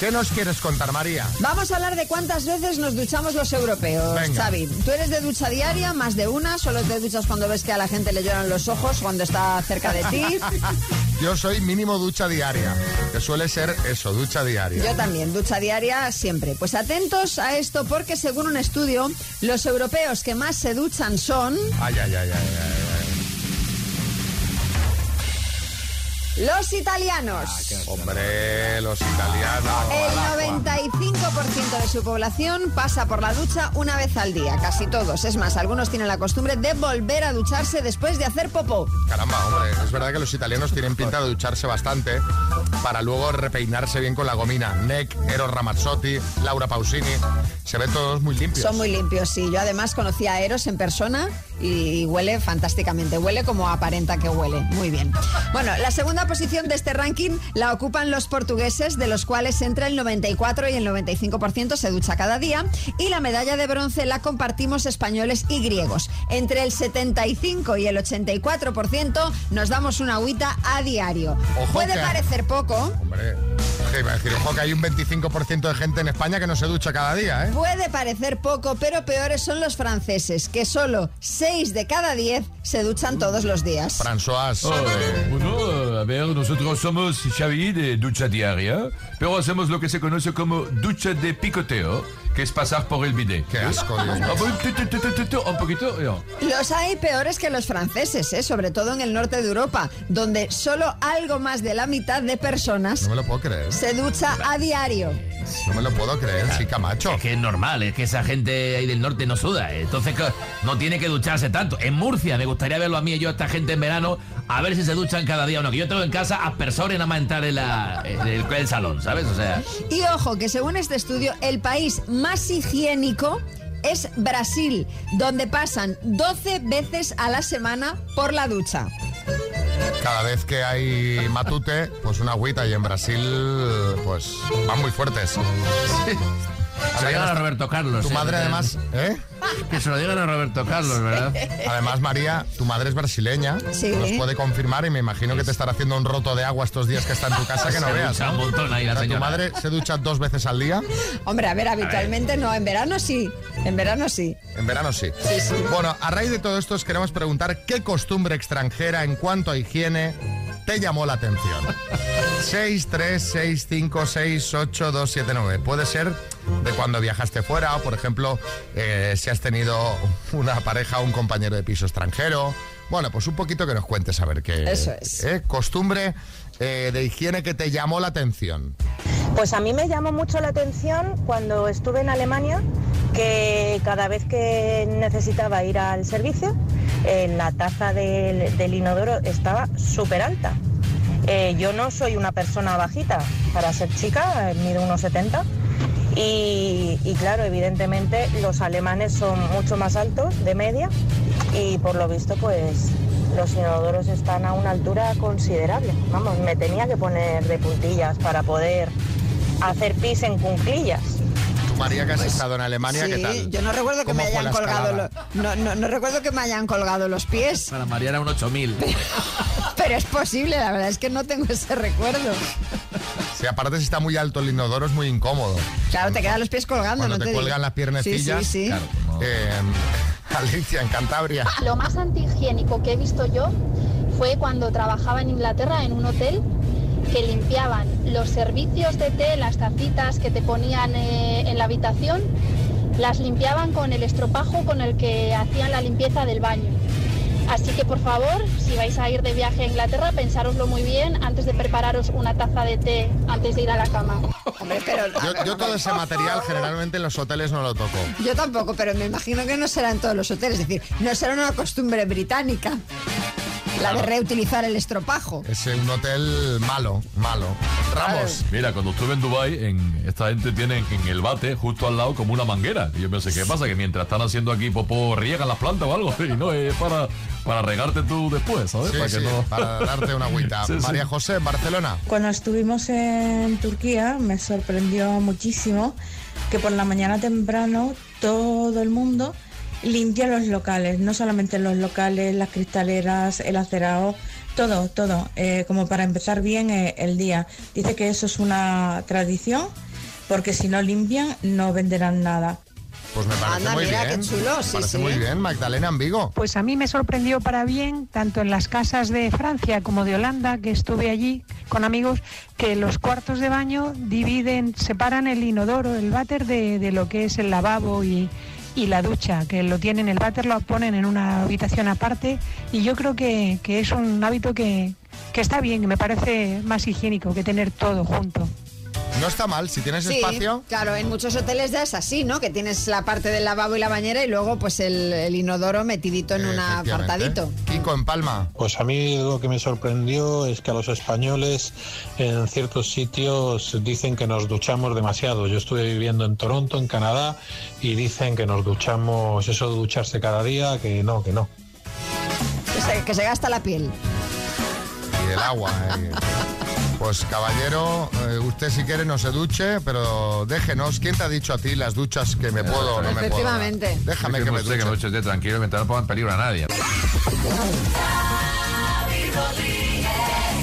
Speaker 3: ¿Qué nos quieres contar, María?
Speaker 4: Vamos a hablar de cuántas veces nos duchamos los europeos,
Speaker 3: Venga.
Speaker 4: Xavi. Tú eres de ducha diaria, más de una, solo te duchas cuando ves que a la gente le lloran los ojos cuando está cerca de ti.
Speaker 3: Yo soy mínimo ducha diaria, que suele ser eso, ducha diaria.
Speaker 4: Yo también, ducha diaria siempre. Pues atentos a esto porque según un estudio, los europeos que más se duchan son
Speaker 3: Ay, ay, ay, ay, ay, ay.
Speaker 4: los italianos.
Speaker 3: Hombre, los italianos.
Speaker 4: El 95% de su población pasa por la ducha una vez al día, casi todos. Es más, algunos tienen la costumbre de volver a ducharse después de hacer popó.
Speaker 3: Caramba, hombre, es verdad que los italianos tienen pinta de ducharse bastante para luego repeinarse bien con la gomina. Neck, Eros Ramazzotti, Laura Pausini, se ven todos muy limpios.
Speaker 4: Son muy limpios, sí. Yo además conocí a Eros en persona y huele fantásticamente. Huele como aparenta que huele. Muy bien. Bueno, la segunda posición de este ranking la ocupan los portugueses, de los cuales entre el 94 y el 95% se ducha cada día. Y la medalla de bronce la compartimos españoles y griegos. Entre el 75 y el 84% nos damos una agüita a diario.
Speaker 3: Ojo
Speaker 4: Puede
Speaker 3: que-
Speaker 4: parecer poco.
Speaker 3: Hombre, es que iba a decir, ojo que hay un 25% de gente en España que no se ducha cada día, ¿eh?
Speaker 4: Puede parecer poco, pero peores son los franceses, que solo 6 de cada 10 se duchan todos los días.
Speaker 3: François.
Speaker 17: Oh, no, a ver, nosotros somos, Xavi, de ducha diaria, pero hacemos lo que se conoce como ducha de picoteo, que es pasar por el bidet. Ah, Qué
Speaker 3: asco, Dios mío.
Speaker 17: Un poquito, eh, oh. no.
Speaker 4: Los hay peores que los franceses, ¿eh? sobre todo en el norte de Europa, donde solo algo más de la mitad de personas
Speaker 3: No me lo puedo creer.
Speaker 4: se ducha a diario.
Speaker 3: No me lo puedo creer, sí, Camacho.
Speaker 6: Es que es normal, es que esa gente ahí del norte no suda. eh. Entonces co- no tiene que ducharse tanto. En Murcia, me gustaría verlo a mí y yo a esta gente en verano, a ver si se duchan cada día o no. Que yo tengo en casa aspersores nada más entrar en, la, en el, en el salón, ¿sabes? O sea.
Speaker 4: Y ojo, que según este estudio, el país más higiénico es Brasil, donde pasan 12 veces a la semana por la ducha.
Speaker 3: Cada vez que hay matute, pues una agüita y en Brasil, pues van muy fuertes.
Speaker 6: Se lo digan a Roberto Carlos.
Speaker 3: Tu
Speaker 6: eh,
Speaker 3: madre
Speaker 6: que-
Speaker 3: además, ¿eh?
Speaker 6: Que se lo digan a Roberto Carlos, ¿verdad?
Speaker 3: Además, María, tu madre es brasileña,
Speaker 6: Sí.
Speaker 3: nos puede confirmar y me imagino que te estará haciendo un roto de agua estos días que está en tu casa que no
Speaker 6: Se
Speaker 3: veas.
Speaker 6: ducha
Speaker 3: ¿no?
Speaker 6: un montón ahí la
Speaker 3: O sea,
Speaker 6: señora.
Speaker 3: ¿Tu madre se ducha dos veces al día?
Speaker 4: Hombre, a ver, habitualmente no, en verano sí, en verano sí.
Speaker 3: En verano sí. Bueno, a raíz de todo esto os queremos preguntar qué costumbre extranjera en cuanto a higiene te llamó la atención. 636568279. Puede ser de cuando viajaste fuera o, por ejemplo, eh, si has tenido una pareja o un compañero de piso extranjero. Bueno, pues un poquito que nos cuentes a ver qué
Speaker 18: Eso es.
Speaker 3: eh, costumbre eh, de higiene que te llamó la atención.
Speaker 18: Pues a mí me llamó mucho la atención cuando estuve en Alemania que cada vez que necesitaba ir al servicio, eh, la taza del, del inodoro estaba súper alta. Eh, yo no soy una persona bajita, para ser chica eh, mido 1,70 y, y claro, evidentemente los alemanes son mucho más altos de media y por lo visto pues los inodoros están a una altura considerable. Vamos, me tenía que poner de puntillas para poder hacer pis en cunclillas.
Speaker 3: Tú, María, que has estado en Alemania,
Speaker 4: sí,
Speaker 3: ¿qué tal?
Speaker 4: yo no recuerdo que
Speaker 3: ¿Cómo
Speaker 4: me
Speaker 3: fue
Speaker 4: hayan
Speaker 3: la
Speaker 4: colgado
Speaker 3: escalada?
Speaker 4: los, no, no, no recuerdo que me hayan colgado los pies,
Speaker 6: Para María era un 8000.
Speaker 4: pero es posible, la verdad es que no tengo ese recuerdo.
Speaker 3: Sí, aparte si está muy alto el inodoro es muy incómodo.
Speaker 4: Claro, te quedan los pies colgando,
Speaker 3: Cuando
Speaker 4: no
Speaker 3: te,
Speaker 4: te digo.
Speaker 3: cuelgan las piernecillas.
Speaker 4: Sí, sí, sí.
Speaker 3: Eh, Alicia, en Cantabria.
Speaker 19: Ah, Lo más antihigiénico que he visto yo fue cuando trabajaba en Inglaterra en un hotel que limpiaban los servicios de té, las tacitas que te ponían eh, en la habitación, las limpiaban con el estropajo con el que hacían la limpieza del baño. Así que por favor, si vais a ir de viaje a Inglaterra, pensároslo muy bien antes de prepararos una taza de té antes de ir a la cama.
Speaker 3: Yo, yo todo ese material generalmente en los hoteles no lo toco.
Speaker 4: Yo tampoco, pero me imagino que no será en todos los hoteles, es decir, no será una costumbre británica la de
Speaker 3: Claro.
Speaker 4: reutilizar el estropajo.
Speaker 3: Es un hotel malo, malo. Ramos.
Speaker 17: Mira, cuando estuve en Dubai, en, esta gente tiene en el bate, justo al lado, como una manguera. Y yo pensé, ¿qué pasa? Que mientras están haciendo aquí popó, riegan las plantas o algo. Y no, es para, para regarte tú después, ¿sabes?
Speaker 3: Sí,
Speaker 17: para, que
Speaker 3: sí,
Speaker 17: no-
Speaker 3: para darte una agüita.
Speaker 17: Sí, sí.
Speaker 3: María José, en Barcelona.
Speaker 11: Cuando estuvimos en Turquía me sorprendió muchísimo que por la mañana temprano todo el mundo limpia los locales, no solamente los locales, las cristaleras, el acerado, todo, todo, eh, como para empezar bien eh, el día. Dice que eso es una tradición porque si no limpian no venderán nada.
Speaker 3: Pues me parece
Speaker 11: Anda,
Speaker 3: muy
Speaker 11: mira,
Speaker 3: bien.
Speaker 11: qué chulo,
Speaker 3: Me
Speaker 11: sí,
Speaker 3: parece
Speaker 11: sí.
Speaker 3: muy bien, Magdalena en Vigo.
Speaker 20: Pues a mí me sorprendió para bien, tanto en las casas de Francia como de Holanda, que estuve allí con amigos, que los cuartos de baño dividen, separan el inodoro, el váter de, de lo que es el lavabo y, y la ducha, que lo tienen, el váter lo ponen en una habitación aparte y yo creo que, que es un hábito que, que está bien, que me parece más higiénico que tener todo junto.
Speaker 3: No está mal, si tienes
Speaker 4: Sí,
Speaker 3: espacio.
Speaker 4: claro, en muchos hoteles ya es así, ¿no? Que tienes la parte del lavabo y la bañera y luego pues el, el inodoro metidito en un
Speaker 3: Efectivamente.
Speaker 4: apartadito.
Speaker 3: Kiko en Palma.
Speaker 16: Pues a mí lo que me sorprendió es que a los españoles en ciertos sitios dicen que nos duchamos demasiado. Yo estuve viviendo en Toronto, en Canadá, y dicen que nos duchamos, eso de ducharse cada día, que no, que no.
Speaker 4: Que se, que se gasta la piel.
Speaker 3: Y del agua. eh. Pues caballero, eh, usted si quiere no se duche, pero déjenos. ¿Quién te ha dicho a ti las duchas que me puedo o no me puedo? dar?
Speaker 4: Efectivamente.
Speaker 3: Déjame que me
Speaker 15: duche. Que me duche usted tranquilo mientras no ponga en peligro a nadie.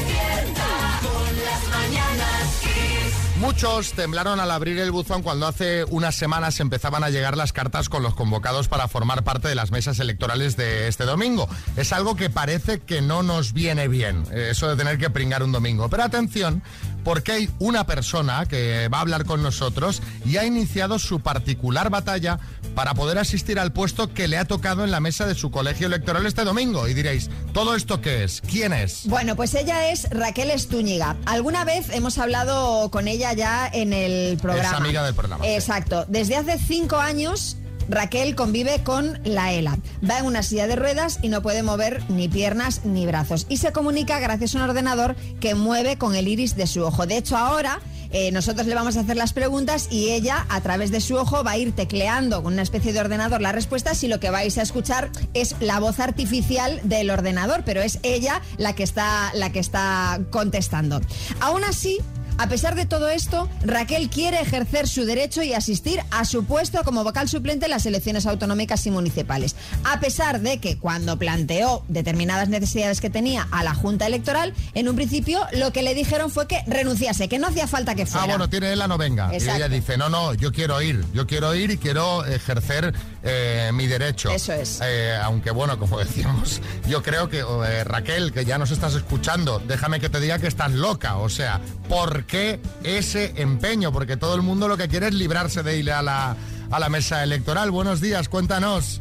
Speaker 1: Con las mañanas Kiss.
Speaker 3: Muchos temblaron al abrir el buzón cuando hace unas semanas empezaban a llegar las cartas con los convocados para formar parte de las mesas electorales de este domingo. Es algo que parece que no nos viene bien, eh, eso de tener que pringar un domingo. Pero atención, porque hay una persona que va a hablar con nosotros y ha iniciado su particular batalla para poder asistir al puesto que le ha tocado en la mesa de su colegio electoral este domingo. Y diréis, ¿todo esto qué es? ¿Quién es?
Speaker 4: Bueno, pues ella es Raquel Estúñiga. Alguna vez hemos hablado con ella ya en el programa. Eh,
Speaker 3: amiga del programa, sí.
Speaker 4: Exacto. Desde hace cinco años. Raquel convive con la ELA. Va en una silla de ruedas y no puede mover ni piernas ni brazos. Y se comunica gracias a un ordenador que mueve con el iris de su ojo. De hecho, ahora eh, nosotros le vamos a hacer las preguntas y ella, a través de su ojo, va a ir tecleando con una especie de ordenador las respuestas y lo que vais a escuchar es la voz artificial del ordenador, pero es ella la que está, la que está contestando. Aún así. A pesar de todo esto, Raquel quiere ejercer su derecho y asistir a su puesto como vocal suplente en las elecciones autonómicas y municipales. A pesar de que cuando planteó determinadas necesidades que tenía a la Junta Electoral, en un principio lo que le dijeron fue que renunciase, que no hacía falta que fuera.
Speaker 3: Ah, bueno, tiene la no venga. Y ella
Speaker 4: Exacto.
Speaker 3: dice, no, no, yo quiero ir, yo quiero ir y quiero ejercer eh, mi derecho. Eso es. aunque bueno, como decíamos, yo creo que, eh, Raquel, que ya nos estás escuchando, déjame que te diga que estás loca. O sea, ¿por qué ese empeño? Porque todo el mundo lo que quiere es librarse de ir a la, a la mesa electoral. Buenos días, cuéntanos.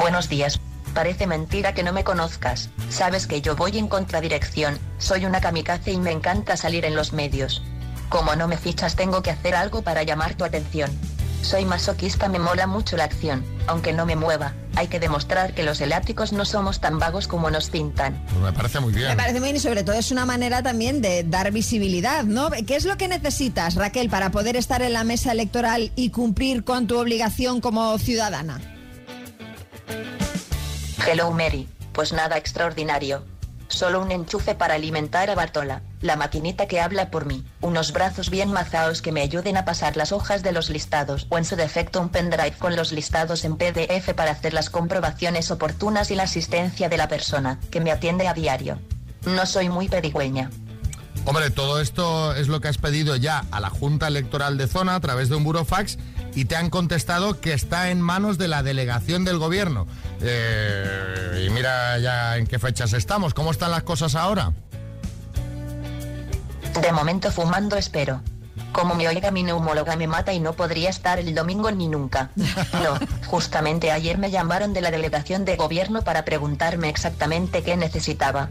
Speaker 21: Buenos días. Parece mentira que no me conozcas. Sabes que yo voy en contradirección, soy una kamikaze y me encanta salir en los medios. Como no me fichas tengo que hacer algo para llamar tu atención. Soy masoquista, me mola mucho la acción, aunque no me mueva. Hay que demostrar que los eláticos no somos tan vagos como nos pintan.
Speaker 3: Pues me parece muy bien.
Speaker 4: Me parece muy bien y sobre todo es una manera también de dar visibilidad, ¿no? ¿Qué es lo que necesitas, Raquel, para poder estar en la mesa electoral y cumplir con tu obligación como ciudadana?
Speaker 21: Hello Mary, pues nada extraordinario. Solo un enchufe para alimentar a Bartola, la maquinita que habla por mí, unos brazos bien mazaos que me ayuden a pasar las hojas de los listados o en su defecto un pendrive con los listados en PDF para hacer las comprobaciones oportunas y la asistencia de la persona que me atiende a diario. No soy muy pedigüeña.
Speaker 3: Hombre, todo esto es lo que has pedido ya a la Junta Electoral de Zona a través de un burofax y te han contestado que está en manos de la delegación del gobierno. Eh, y mira ya en qué fechas estamos, cómo están las cosas ahora.
Speaker 21: De momento fumando espero. Como me oiga mi neumóloga me mata y no podría estar el domingo ni nunca. No, justamente ayer me llamaron de la delegación de gobierno para preguntarme exactamente qué necesitaba.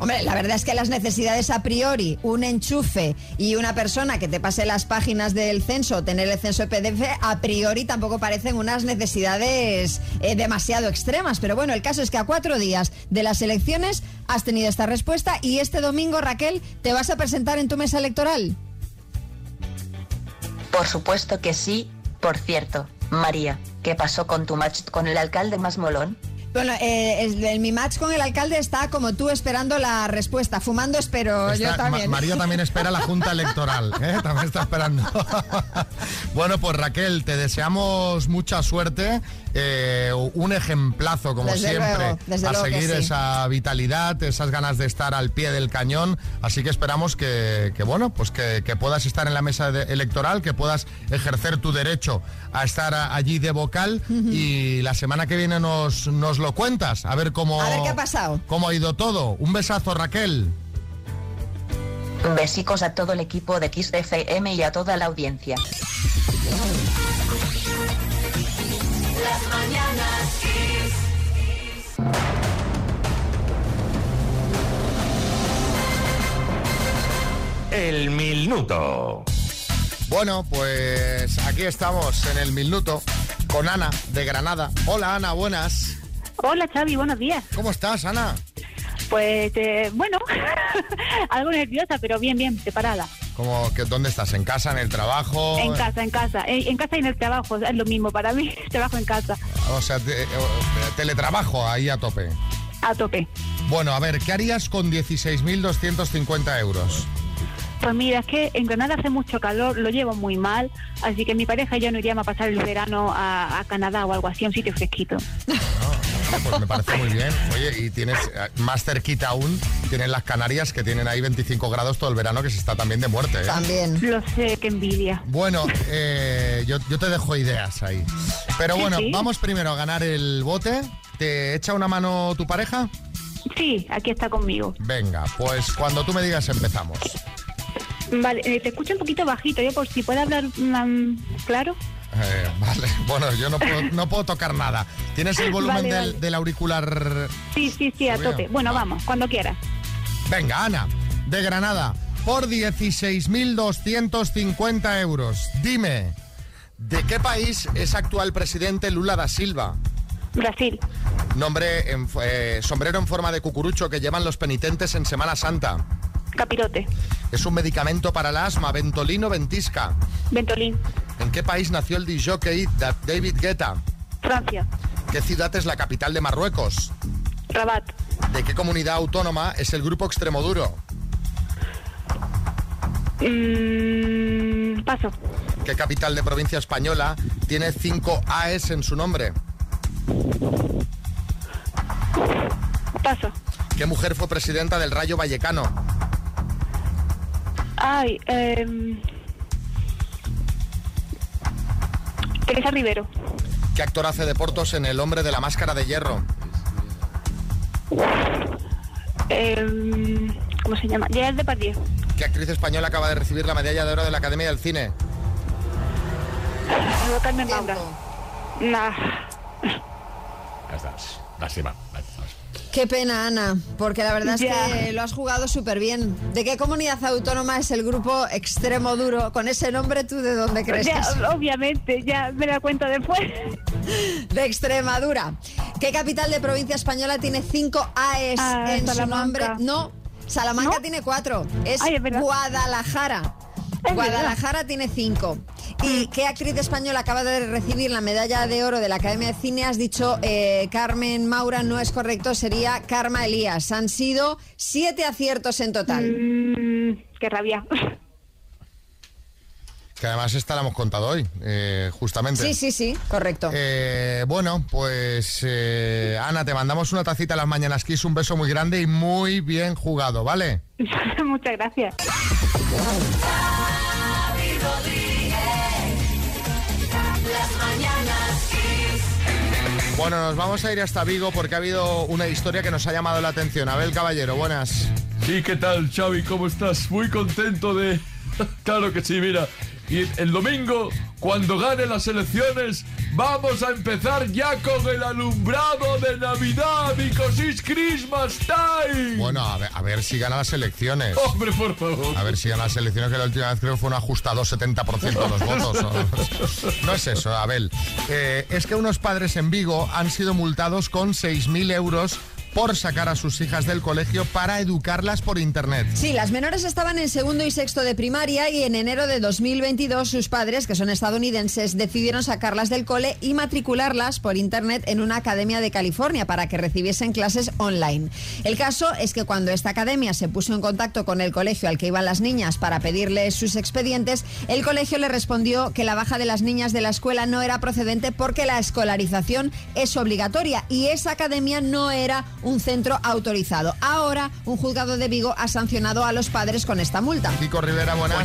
Speaker 4: Hombre, la verdad es que las necesidades a priori, un enchufe y una persona que te pase las páginas del censo, tener el censo E en PDF, a priori tampoco parecen unas necesidades eh, demasiado extremas. Pero bueno, el caso es que a cuatro días de las elecciones has tenido esta respuesta y este domingo, Raquel, te vas a presentar en tu mesa electoral.
Speaker 21: Por supuesto que sí, por cierto. María, ¿qué pasó con tu match con el alcalde más molón?
Speaker 4: Bueno, eh, es- el- mi match con el alcalde está como tú esperando la respuesta. Fumando espero
Speaker 3: Está-
Speaker 4: yo
Speaker 3: Ma-
Speaker 4: también.
Speaker 3: María también espera la Junta Electoral, ¿eh? también está esperando. bueno, pues Raquel, te deseamos mucha suerte, eh, un ejemplazo como
Speaker 4: Desde
Speaker 3: siempre,
Speaker 4: luego, desde
Speaker 3: a
Speaker 4: luego que
Speaker 3: seguir
Speaker 4: sí.
Speaker 3: esa vitalidad, esas ganas de estar al pie del cañón, así que esperamos que, que, bueno, pues que, que puedas estar en la mesa de- electoral, que puedas ejercer tu derecho a estar a- allí de vocal y la semana que viene nos, nos lo cuentas, a ver cómo...
Speaker 4: A ver qué ha pasado.
Speaker 3: ¿Cómo ha ido todo? Un besazo, Raquel.
Speaker 21: Besicos a todo el equipo de XFM y a toda la audiencia.
Speaker 1: Las mañanas Kiss.
Speaker 15: El minuto.
Speaker 3: Bueno, pues aquí estamos en el minuto con Ana de Granada. Hola Ana, buenas.
Speaker 22: Hola Xavi, buenos días.
Speaker 3: ¿Cómo estás, Ana?
Speaker 22: Pues eh, bueno, algo nerviosa, pero bien, bien, preparada.
Speaker 3: ¿Cómo, que, ¿Dónde estás? ¿En casa, en el trabajo?
Speaker 22: En casa, en casa, en, en casa y en el trabajo, es lo mismo para mí, trabajo en casa,
Speaker 3: O sea, te- eh, teletrabajo ahí a tope.
Speaker 22: a tope.
Speaker 3: Bueno, a ver, ¿qué harías con 16.250 euros?
Speaker 22: Pues mira, es que en Granada hace mucho calor, lo llevo muy mal, así que mi pareja y yo no iríamos a pasar el verano a, a Canadá o algo así, a un sitio fresquito.
Speaker 3: Pues me parece muy bien. Oye, y tienes eh, más cerquita aún, tienes las Canarias que tienen ahí 25 grados todo el verano, que se está también de muerte. ¿eh?
Speaker 22: Lo sé, qué envidia.
Speaker 3: Bueno, eh, yo, yo te dejo ideas ahí. Pero
Speaker 22: Sí,
Speaker 3: bueno,
Speaker 22: sí.
Speaker 3: vamos primero a ganar el bote. ¿Te echa una mano tu pareja?
Speaker 22: Sí, aquí está conmigo.
Speaker 3: Venga, pues cuando tú me digas empezamos.
Speaker 22: Vale, eh, te escucho un poquito bajito, yo por si puedo hablar mm, claro.
Speaker 3: Eh, vale, bueno, yo no puedo, no puedo tocar nada. ¿Tienes el volumen
Speaker 22: Vale,
Speaker 3: del,
Speaker 22: vale.
Speaker 3: del auricular?
Speaker 22: Sí, sí, sí, a
Speaker 3: Subido.
Speaker 22: tope. Bueno, vamos, cuando quieras.
Speaker 3: Venga, Ana, de Granada, por 16.250 euros. Dime, ¿de qué país es actual presidente Lula da Silva?
Speaker 22: Brasil.
Speaker 3: Nombre, en, f- eh, sombrero en forma de cucurucho que llevan los penitentes en Semana Santa.
Speaker 22: Capirote.
Speaker 3: Es un medicamento para el asma, ventolino, ventisca.
Speaker 22: Ventolín.
Speaker 3: ¿En qué país nació el disjockey Da- David Guetta?
Speaker 22: Francia.
Speaker 3: ¿Qué ciudad es la capital de Marruecos?
Speaker 22: Rabat.
Speaker 3: ¿De qué comunidad autónoma es el grupo Extremoduro?
Speaker 22: Mm, paso.
Speaker 3: ¿Qué capital de provincia española tiene 5 AES en su nombre?
Speaker 22: Paso.
Speaker 3: ¿Qué mujer fue presidenta del Rayo Vallecano?
Speaker 22: Ay, eh, Teresa Rivero.
Speaker 3: ¿Qué actor hace de Portos en El hombre de la máscara de hierro?
Speaker 22: Eh, ¿Cómo se llama? Gerard Depardieu.
Speaker 3: ¿Qué actriz española acaba de recibir la medalla de oro de la Academia del Cine?
Speaker 22: Algo Carmen Maura. Nah.
Speaker 17: Ya está. Lástima. lástima.
Speaker 4: Qué pena, Ana, porque la verdad es
Speaker 22: Ya.
Speaker 4: que lo has jugado súper bien. ¿De qué comunidad autónoma es el grupo Extremo Duro? Con ese nombre, ¿tú de dónde crees que
Speaker 22: Ya,
Speaker 4: es?
Speaker 22: obviamente, ya me la cuento después.
Speaker 4: De Extremadura. ¿Qué capital de provincia española tiene 5 AES
Speaker 22: Ah,
Speaker 4: en
Speaker 22: Salamanca.
Speaker 4: su nombre? No, Salamanca tiene 4. Es,
Speaker 22: Ay, es verdad.
Speaker 4: Guadalajara.
Speaker 22: Es
Speaker 4: Guadalajara tiene 5. ¿Y qué actriz española acaba de recibir la medalla de oro de la Academia de Cine? Has dicho eh, Carmen Maura, no es correcto, sería Karma Elías. Han sido 7 aciertos en total.
Speaker 22: Mm, qué rabia.
Speaker 3: Que además esta la hemos contado hoy, eh, justamente.
Speaker 4: Sí, sí, sí, correcto.
Speaker 3: Eh, bueno, pues eh, Ana, te mandamos una tacita a las mañanas Kiss, un beso muy grande y muy bien jugado, ¿vale?
Speaker 22: Muchas gracias.
Speaker 1: Xavi Rodríguez. Las mañanas Kiss.
Speaker 3: Bueno, nos vamos a ir hasta Vigo porque ha habido una historia que nos ha llamado la atención. Abel Caballero, buenas.
Speaker 17: Sí, ¿qué tal, Xavi? ¿Cómo estás? Muy contento de... Claro que sí, mira. Y el- el domingo, cuando gane las elecciones, vamos a empezar ya con el alumbrado de Navidad, because it's Christmas time.
Speaker 3: Bueno, a ver, a ver si gana las elecciones.
Speaker 17: Hombre, por favor.
Speaker 3: A ver si gana las elecciones, que la última vez creo que fue un ajustado 70% de los votos. ¿no? No es eso, Abel. Eh, es que unos padres en Vigo han sido multados con 6.000 euros por sacar a sus hijas del colegio para educarlas por Internet.
Speaker 4: Sí, las menores estaban en segundo y sexto de primaria y en enero de 2022 sus padres, que son estadounidenses, decidieron sacarlas del cole y matricularlas por internet en una academia de California para que recibiesen clases online. El caso es que cuando esta academia se puso en contacto con el colegio al que iban las niñas para pedirles sus expedientes, el colegio le respondió que la baja de las niñas de la escuela no era procedente porque la escolarización es obligatoria y esa academia no era un centro autorizado. Ahora, un juzgado de Vigo ha sancionado a los padres con esta multa.
Speaker 6: Pues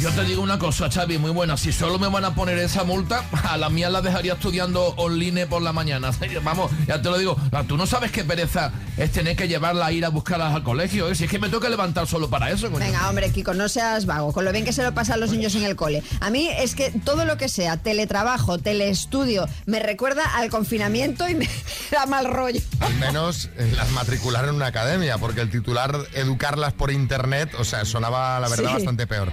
Speaker 6: yo te digo una cosa, Xavi, muy buena. Si solo me van a poner esa multa, a la mía la dejaría estudiando online por la mañana. Vamos, ya te lo digo. Ah, Tú no sabes qué pereza es tener que llevarla a ir a buscarlas al colegio. ¿eh? Si es que me toca levantar solo para eso. coño.
Speaker 4: Venga, hombre, Kiko, no seas vago, con lo bien que se lo pasa a los niños en el cole. A mí es que todo lo que sea teletrabajo, teleestudio, me recuerda al confinamiento y me da mal rollo.
Speaker 3: Al menos eh, las matricularon en una academia, porque el titular educarlas por internet, o sea, sonaba la verdad
Speaker 4: Sí.
Speaker 3: bastante peor.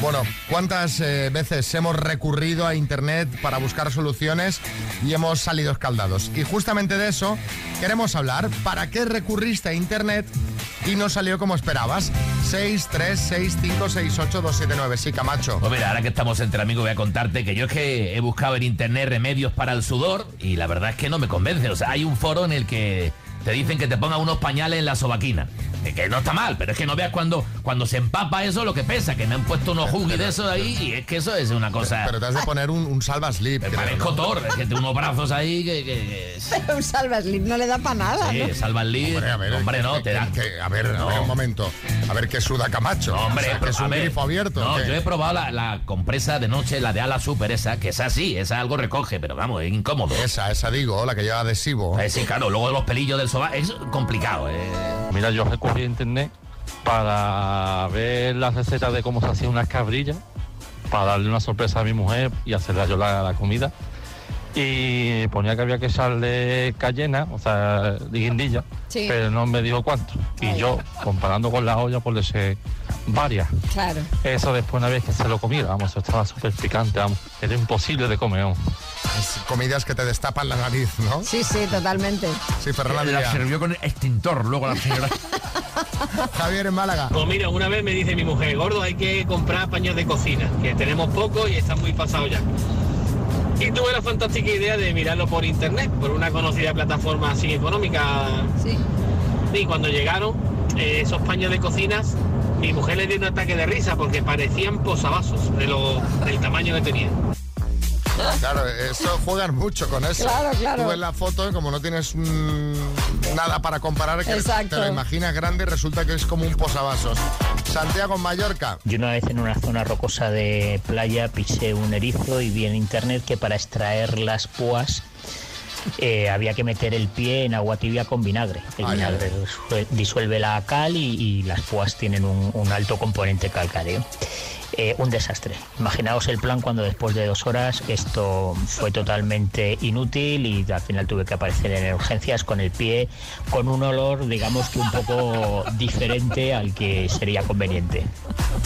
Speaker 3: Bueno, ¿cuántas eh, veces hemos recurrido a internet para buscar soluciones y hemos salido escaldados? Y justamente de eso queremos hablar. ¿Para qué recurriste a internet y no salió como esperabas? 636568279. Sí, Camacho.
Speaker 2: Pues mira, ahora que estamos entre amigos voy a contarte que yo es que he buscado en internet remedios para el sudor y la verdad es que no me convence. O sea, hay un foro en el que te dicen que te ponga unos pañales en la sobaquina. Eh, Que no está mal, pero es que no veas cuando, cuando se empapa eso lo que pesa, que me han puesto unos jugis de eso ahí y es que eso es una cosa...
Speaker 3: Pero te has de poner un, un salva slip. creo,
Speaker 2: Parezco
Speaker 3: ¿no?
Speaker 2: Thor, es que tengo unos brazos ahí que... que- que-
Speaker 4: Pero un salvaslip no le da para nada,
Speaker 2: sí,
Speaker 4: ¿no?
Speaker 2: salva el lead. Hombre, no, te da...
Speaker 3: A ver, a ver un momento. A ver qué suda Camacho.
Speaker 2: Hombre,
Speaker 3: O sea, que es
Speaker 2: a
Speaker 3: un
Speaker 2: ver,
Speaker 3: grifo abierto.
Speaker 2: No,
Speaker 3: ¿o qué?
Speaker 2: yo he probado la, la compresa de noche, la de ala super esa, que esa sí, esa algo recoge, pero vamos, es incómodo.
Speaker 3: Esa, esa digo, la que lleva adhesivo. ¿eh?
Speaker 2: Eh, sí, claro, luego los pelillos del soba, es complicado, eh.
Speaker 23: Mira, yo recurrí a internet para ver las recetas de cómo se hacían unas cabrillas, para darle una sorpresa a mi mujer y hacerle yo la, la comida. Y ponía que había que echarle cayena, o sea, de guindilla,
Speaker 4: Sí.
Speaker 23: pero no me dijo cuánto. Y yo, comparando con la olla, pues le eché varias.
Speaker 4: Claro.
Speaker 23: Eso después una vez que se lo comí, vamos, eso estaba súper picante, vamos, era imposible de comer, vamos.
Speaker 3: Es comidas que te destapan la nariz, ¿no?
Speaker 4: Sí, sí, totalmente.
Speaker 3: Sí, Ferran
Speaker 23: La
Speaker 3: sirvió Eh, con extintor luego la señora. Javier en Málaga.
Speaker 24: Pues mira, una vez me dice mi mujer, gordo, hay que comprar paños de cocina, que tenemos pocos y están muy pasados ya. Y tuve la fantástica idea de mirarlo por internet, por una conocida plataforma así económica. Y cuando llegaron eh, esos paños de cocinas, mi mujer le dio un ataque de risa porque parecían posavasos de lo, del tamaño que tenían.
Speaker 3: Claro, eso juegan mucho con eso.
Speaker 24: Claro, claro.
Speaker 3: Tú ves la foto y como no tienes mm, nada para comparar, que
Speaker 25: Exacto.
Speaker 3: te lo imaginas grande y resulta que es como un posavasos. Santiago en Mallorca.
Speaker 25: Yo una vez en una zona rocosa de playa pisé un erizo y vi en internet que para extraer las púas eh, había que meter el pie en agua tibia con vinagre. El
Speaker 3: Ay,
Speaker 25: vinagre disue- disuelve la cal y, y las púas tienen un, un alto componente calcáreo. Eh, un desastre. Imaginaos el plan cuando después de dos horas esto fue totalmente inútil y al final tuve que aparecer en urgencias con el pie, con un olor, digamos que un poco diferente al que sería conveniente.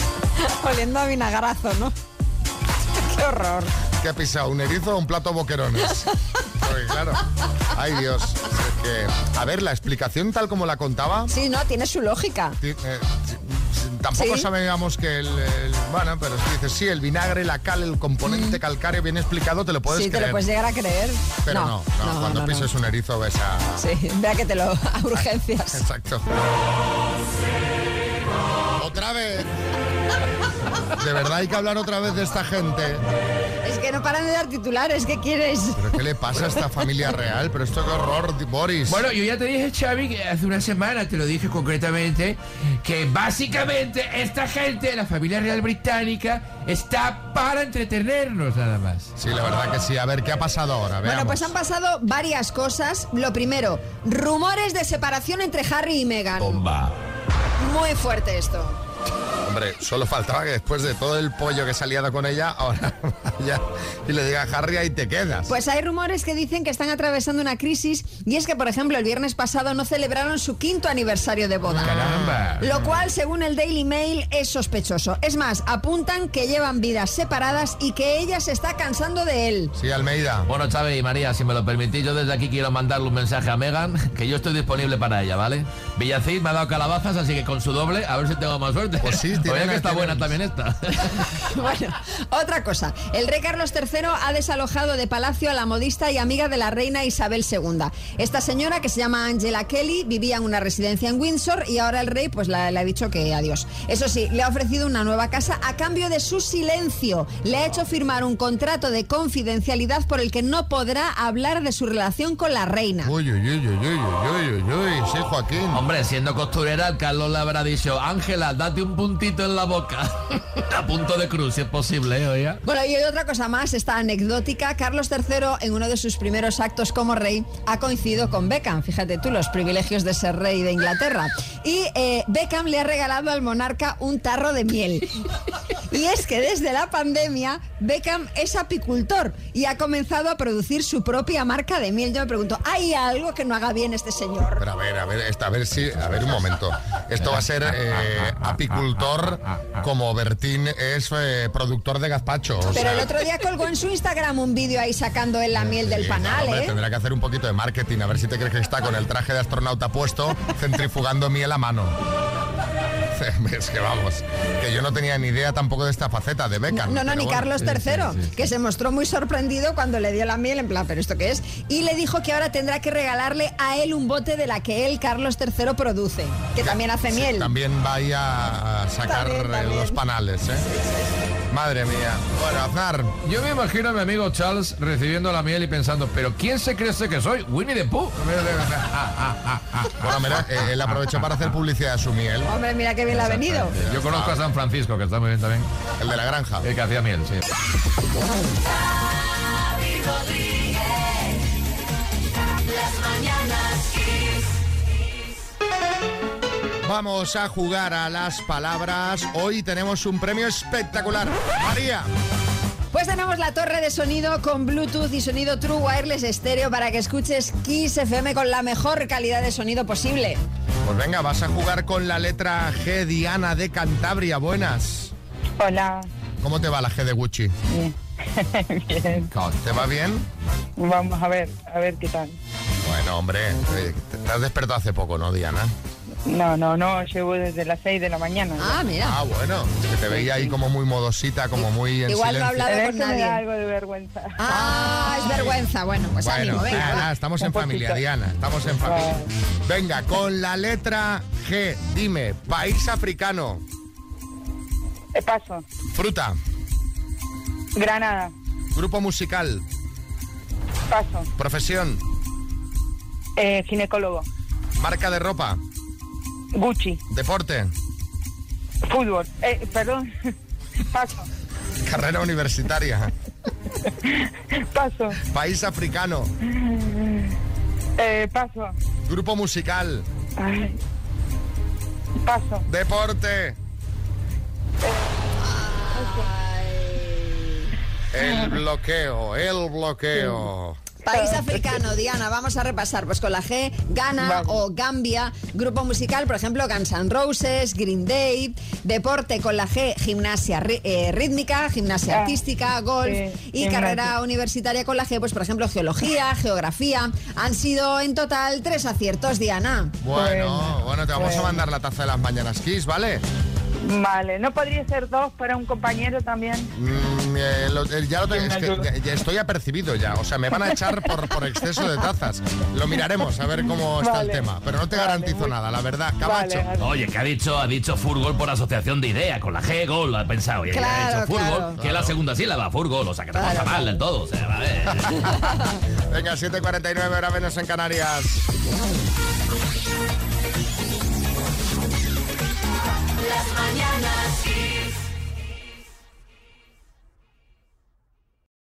Speaker 4: Oliendo a vinagarazo, ¿no? Qué horror.
Speaker 3: ¿Qué ha pisado? ¿Un erizo o un plato boquerones? Porque claro, ay Dios. es que- a ver, la explicación tal como la contaba,
Speaker 4: Sí, no, tiene su lógica.
Speaker 3: ti- eh, ti- tampoco
Speaker 4: Sí.
Speaker 3: sabíamos que el, el- Bueno, pero si dices, sí, el vinagre, la cal, el componente calcáreo bien explicado, te lo puedes
Speaker 4: Mm. sí, te lo
Speaker 3: creer.
Speaker 4: puedes llegar a creer.
Speaker 3: Pero no, no, cuando pises un erizo ves a...
Speaker 4: Sí, vea que te lo a urgencias.
Speaker 3: Exacto. Otra vez. De verdad hay que hablar otra vez de esta gente.
Speaker 4: Es que no paran de dar titulares, ¿qué quieres?
Speaker 3: ¿Pero qué le pasa a esta familia real? Pero esto qué horror, Boris.
Speaker 26: Bueno, yo ya te dije, Xavi, que hace una semana te lo dije concretamente, que básicamente esta gente, la familia real británica, está para entretenernos nada más.
Speaker 3: Sí, la verdad que sí. A ver, ¿qué ha pasado ahora?
Speaker 4: Bueno,
Speaker 3: Veamos.
Speaker 4: pues han pasado varias cosas. Lo primero, rumores de separación entre Harry y Meghan.
Speaker 3: Bomba.
Speaker 4: Muy fuerte esto.
Speaker 3: Hombre, solo faltaba que después de todo el pollo que se ha liado con ella, ahora vaya y le diga Harry, ahí te quedas.
Speaker 4: Pues hay rumores que dicen que están atravesando una crisis y es que, por ejemplo, el viernes pasado no celebraron su quinto aniversario de boda.
Speaker 26: Caramba.
Speaker 4: Lo cual, según el Daily Mail, es sospechoso. Es más, apuntan que llevan vidas separadas y que ella se está cansando de él.
Speaker 3: Sí, Almeida.
Speaker 6: Bueno, Chávez y María, si me lo permitís, yo desde aquí quiero mandarle un mensaje a Megan, que yo estoy disponible para ella, ¿vale? Villacís me ha dado calabazas, así que con su doble, a ver si tengo más suerte. Pues sí,
Speaker 3: tienen-
Speaker 6: que está
Speaker 3: tienen-
Speaker 6: buena también esta.
Speaker 4: Bueno, otra cosa. El rey Carlos III ha desalojado de palacio a la modista y amiga de la reina Isabel II. Esta señora, que se llama Angela Kelly, vivía en una residencia en Windsor y ahora el rey pues la- le ha dicho que adiós. Eso sí, le ha ofrecido una nueva casa a cambio de su silencio. Le ha hecho firmar un contrato de confidencialidad por el que no podrá hablar de su relación con la reina.
Speaker 3: Uy, uy, uy, uy, uy, uy, uy, uy, sí, Joaquín.
Speaker 6: Hombre, siendo costurera, Carlos le habrá dicho, Ángela, date un puntito palito en la boca. A punto de cruz, si es posible, ¿eh? Oiga.
Speaker 4: Bueno, y hay otra cosa más, esta anecdótica. Carlos III, en uno de sus primeros actos como rey, ha coincidido con Beckham. Fíjate tú, los privilegios de ser rey de Inglaterra. Y eh, Beckham le ha regalado al monarca un tarro de miel. Y es que desde la pandemia, Beckham es apicultor y ha comenzado a producir su propia marca de miel. Yo me pregunto, ¿hay algo que no haga bien este señor?
Speaker 3: Pero a ver, a ver, esta, a ver si, a ver un momento. Esto va a ser eh, apicultor como Bertín es eh, productor de gazpacho. o
Speaker 4: Pero
Speaker 3: sea,
Speaker 4: el otro día colgó en su Instagram un vídeo ahí sacando él la miel del
Speaker 3: sí,
Speaker 4: panal,
Speaker 3: hombre,
Speaker 4: ¿eh?
Speaker 3: Tendrá que hacer un poquito de marketing, a ver si te crees que está con el traje de astronauta puesto, centrifugando miel a mano. Es que vamos, que yo no tenía ni idea tampoco de esta faceta de Beckham.
Speaker 4: No,
Speaker 3: Ah,
Speaker 4: no,
Speaker 3: pero
Speaker 4: ni
Speaker 3: bueno.
Speaker 4: Carlos III, que se mostró muy sorprendido cuando le dio la miel en plan, pero ¿esto qué es? Y le dijo que ahora tendrá que regalarle a él un bote de la que él, Carlos III, produce, que también hace
Speaker 3: Sí,
Speaker 4: miel.
Speaker 3: También va ahí a a sacar
Speaker 4: También,
Speaker 3: eh,
Speaker 4: también.
Speaker 3: los panales, ¿eh? Madre mía. Bueno, Aznar.
Speaker 6: Yo me imagino a mi amigo Charles recibiendo la miel y pensando, pero ¿quién se cree que soy? Winnie the Pooh.
Speaker 3: Bueno, mira, eh, él aprovechó para hacer publicidad de su miel.
Speaker 4: Hombre, mira qué bien le ha venido.
Speaker 6: Yo conozco a San Francisco, que está muy bien también.
Speaker 3: El de la granja.
Speaker 6: El que hacía miel, sí.
Speaker 1: Javi Rodríguez. Las mañanas Kiss.
Speaker 3: Vamos a jugar a las palabras. Hoy tenemos un premio espectacular. María.
Speaker 4: Pues tenemos la torre de sonido con Bluetooth y sonido True Wireless estéreo para que escuches Kiss FM con la mejor calidad de sonido posible.
Speaker 3: Pues venga, vas a jugar con la letra G, Diana de Cantabria. Buenas.
Speaker 27: Hola.
Speaker 3: ¿Cómo te va la G de Gucci?
Speaker 27: Bien.
Speaker 3: ¿Te va bien?
Speaker 27: Vamos a ver, a ver qué tal.
Speaker 3: Bueno, hombre, eh, te- te has despertado hace poco, ¿no, Diana?
Speaker 27: No, no, no, llevo desde las 6 de la mañana.
Speaker 4: Ah, mira.
Speaker 3: Ah, bueno, es que te veía ahí como muy modosita, como muy en
Speaker 27: Igual no
Speaker 3: silencio.
Speaker 27: hablaba con nadie.
Speaker 4: algo
Speaker 27: de vergüenza.
Speaker 4: Ah, es vergüenza. Bueno, pues
Speaker 3: bueno,
Speaker 4: ánimo, venga.
Speaker 3: nada,
Speaker 4: va.
Speaker 3: nada, estamos en familia, Diana, estamos en familia. Venga, con la letra G, dime, país africano,
Speaker 27: Paso.
Speaker 3: fruta,
Speaker 27: Granada.
Speaker 3: grupo musical,
Speaker 27: Paso.
Speaker 3: profesión,
Speaker 27: Eh, ginecólogo.
Speaker 3: marca de ropa,
Speaker 27: Gucci.
Speaker 3: deporte,
Speaker 27: Fútbol. Eh, perdón. Paso.
Speaker 3: carrera universitaria,
Speaker 27: Paso.
Speaker 3: país africano,
Speaker 27: Eh, paso.
Speaker 3: grupo musical,
Speaker 27: Ay. Paso.
Speaker 3: deporte. El bloqueo, el bloqueo.
Speaker 4: País africano, Diana, vamos a repasar. Pues con la G, Ghana o Gambia. Grupo musical, por ejemplo, Guns N' Roses, Green Day. Deporte con la G, gimnasia rí- eh, rítmica, gimnasia
Speaker 27: Ah,
Speaker 4: artística, golf.
Speaker 27: sí,
Speaker 4: y
Speaker 27: gimnasia.
Speaker 4: carrera universitaria con la G, pues por ejemplo, geología, geografía. Han sido en total tres aciertos, Diana.
Speaker 3: Bueno, bueno, te vamos a mandar la taza de las mañanas Kiss, ¿vale?
Speaker 27: Vale, ¿no podría ser dos para un compañero también?
Speaker 3: Mm, eh, lo- eh, ya lo te- es que ya- ya estoy apercibido ya. O sea, me van a echar por, por exceso de tazas. Lo miraremos a ver cómo está
Speaker 27: Vale.
Speaker 3: el tema. Pero no te garantizo nada, la verdad. Camacho.
Speaker 2: Oye, que ha dicho, ha dicho Furgol por asociación de ideas, con la G, gol, ha pensado. Y
Speaker 4: Claro,
Speaker 2: ha dicho Furgol,
Speaker 4: claro.
Speaker 2: que es la segunda sílaba, Furgol, o sea, que tampoco
Speaker 4: Claro,
Speaker 2: está mal del todo. o sea, a ver.
Speaker 3: Venga, 7.49 horas menos en Canarias.
Speaker 1: Las mañanas Kiss.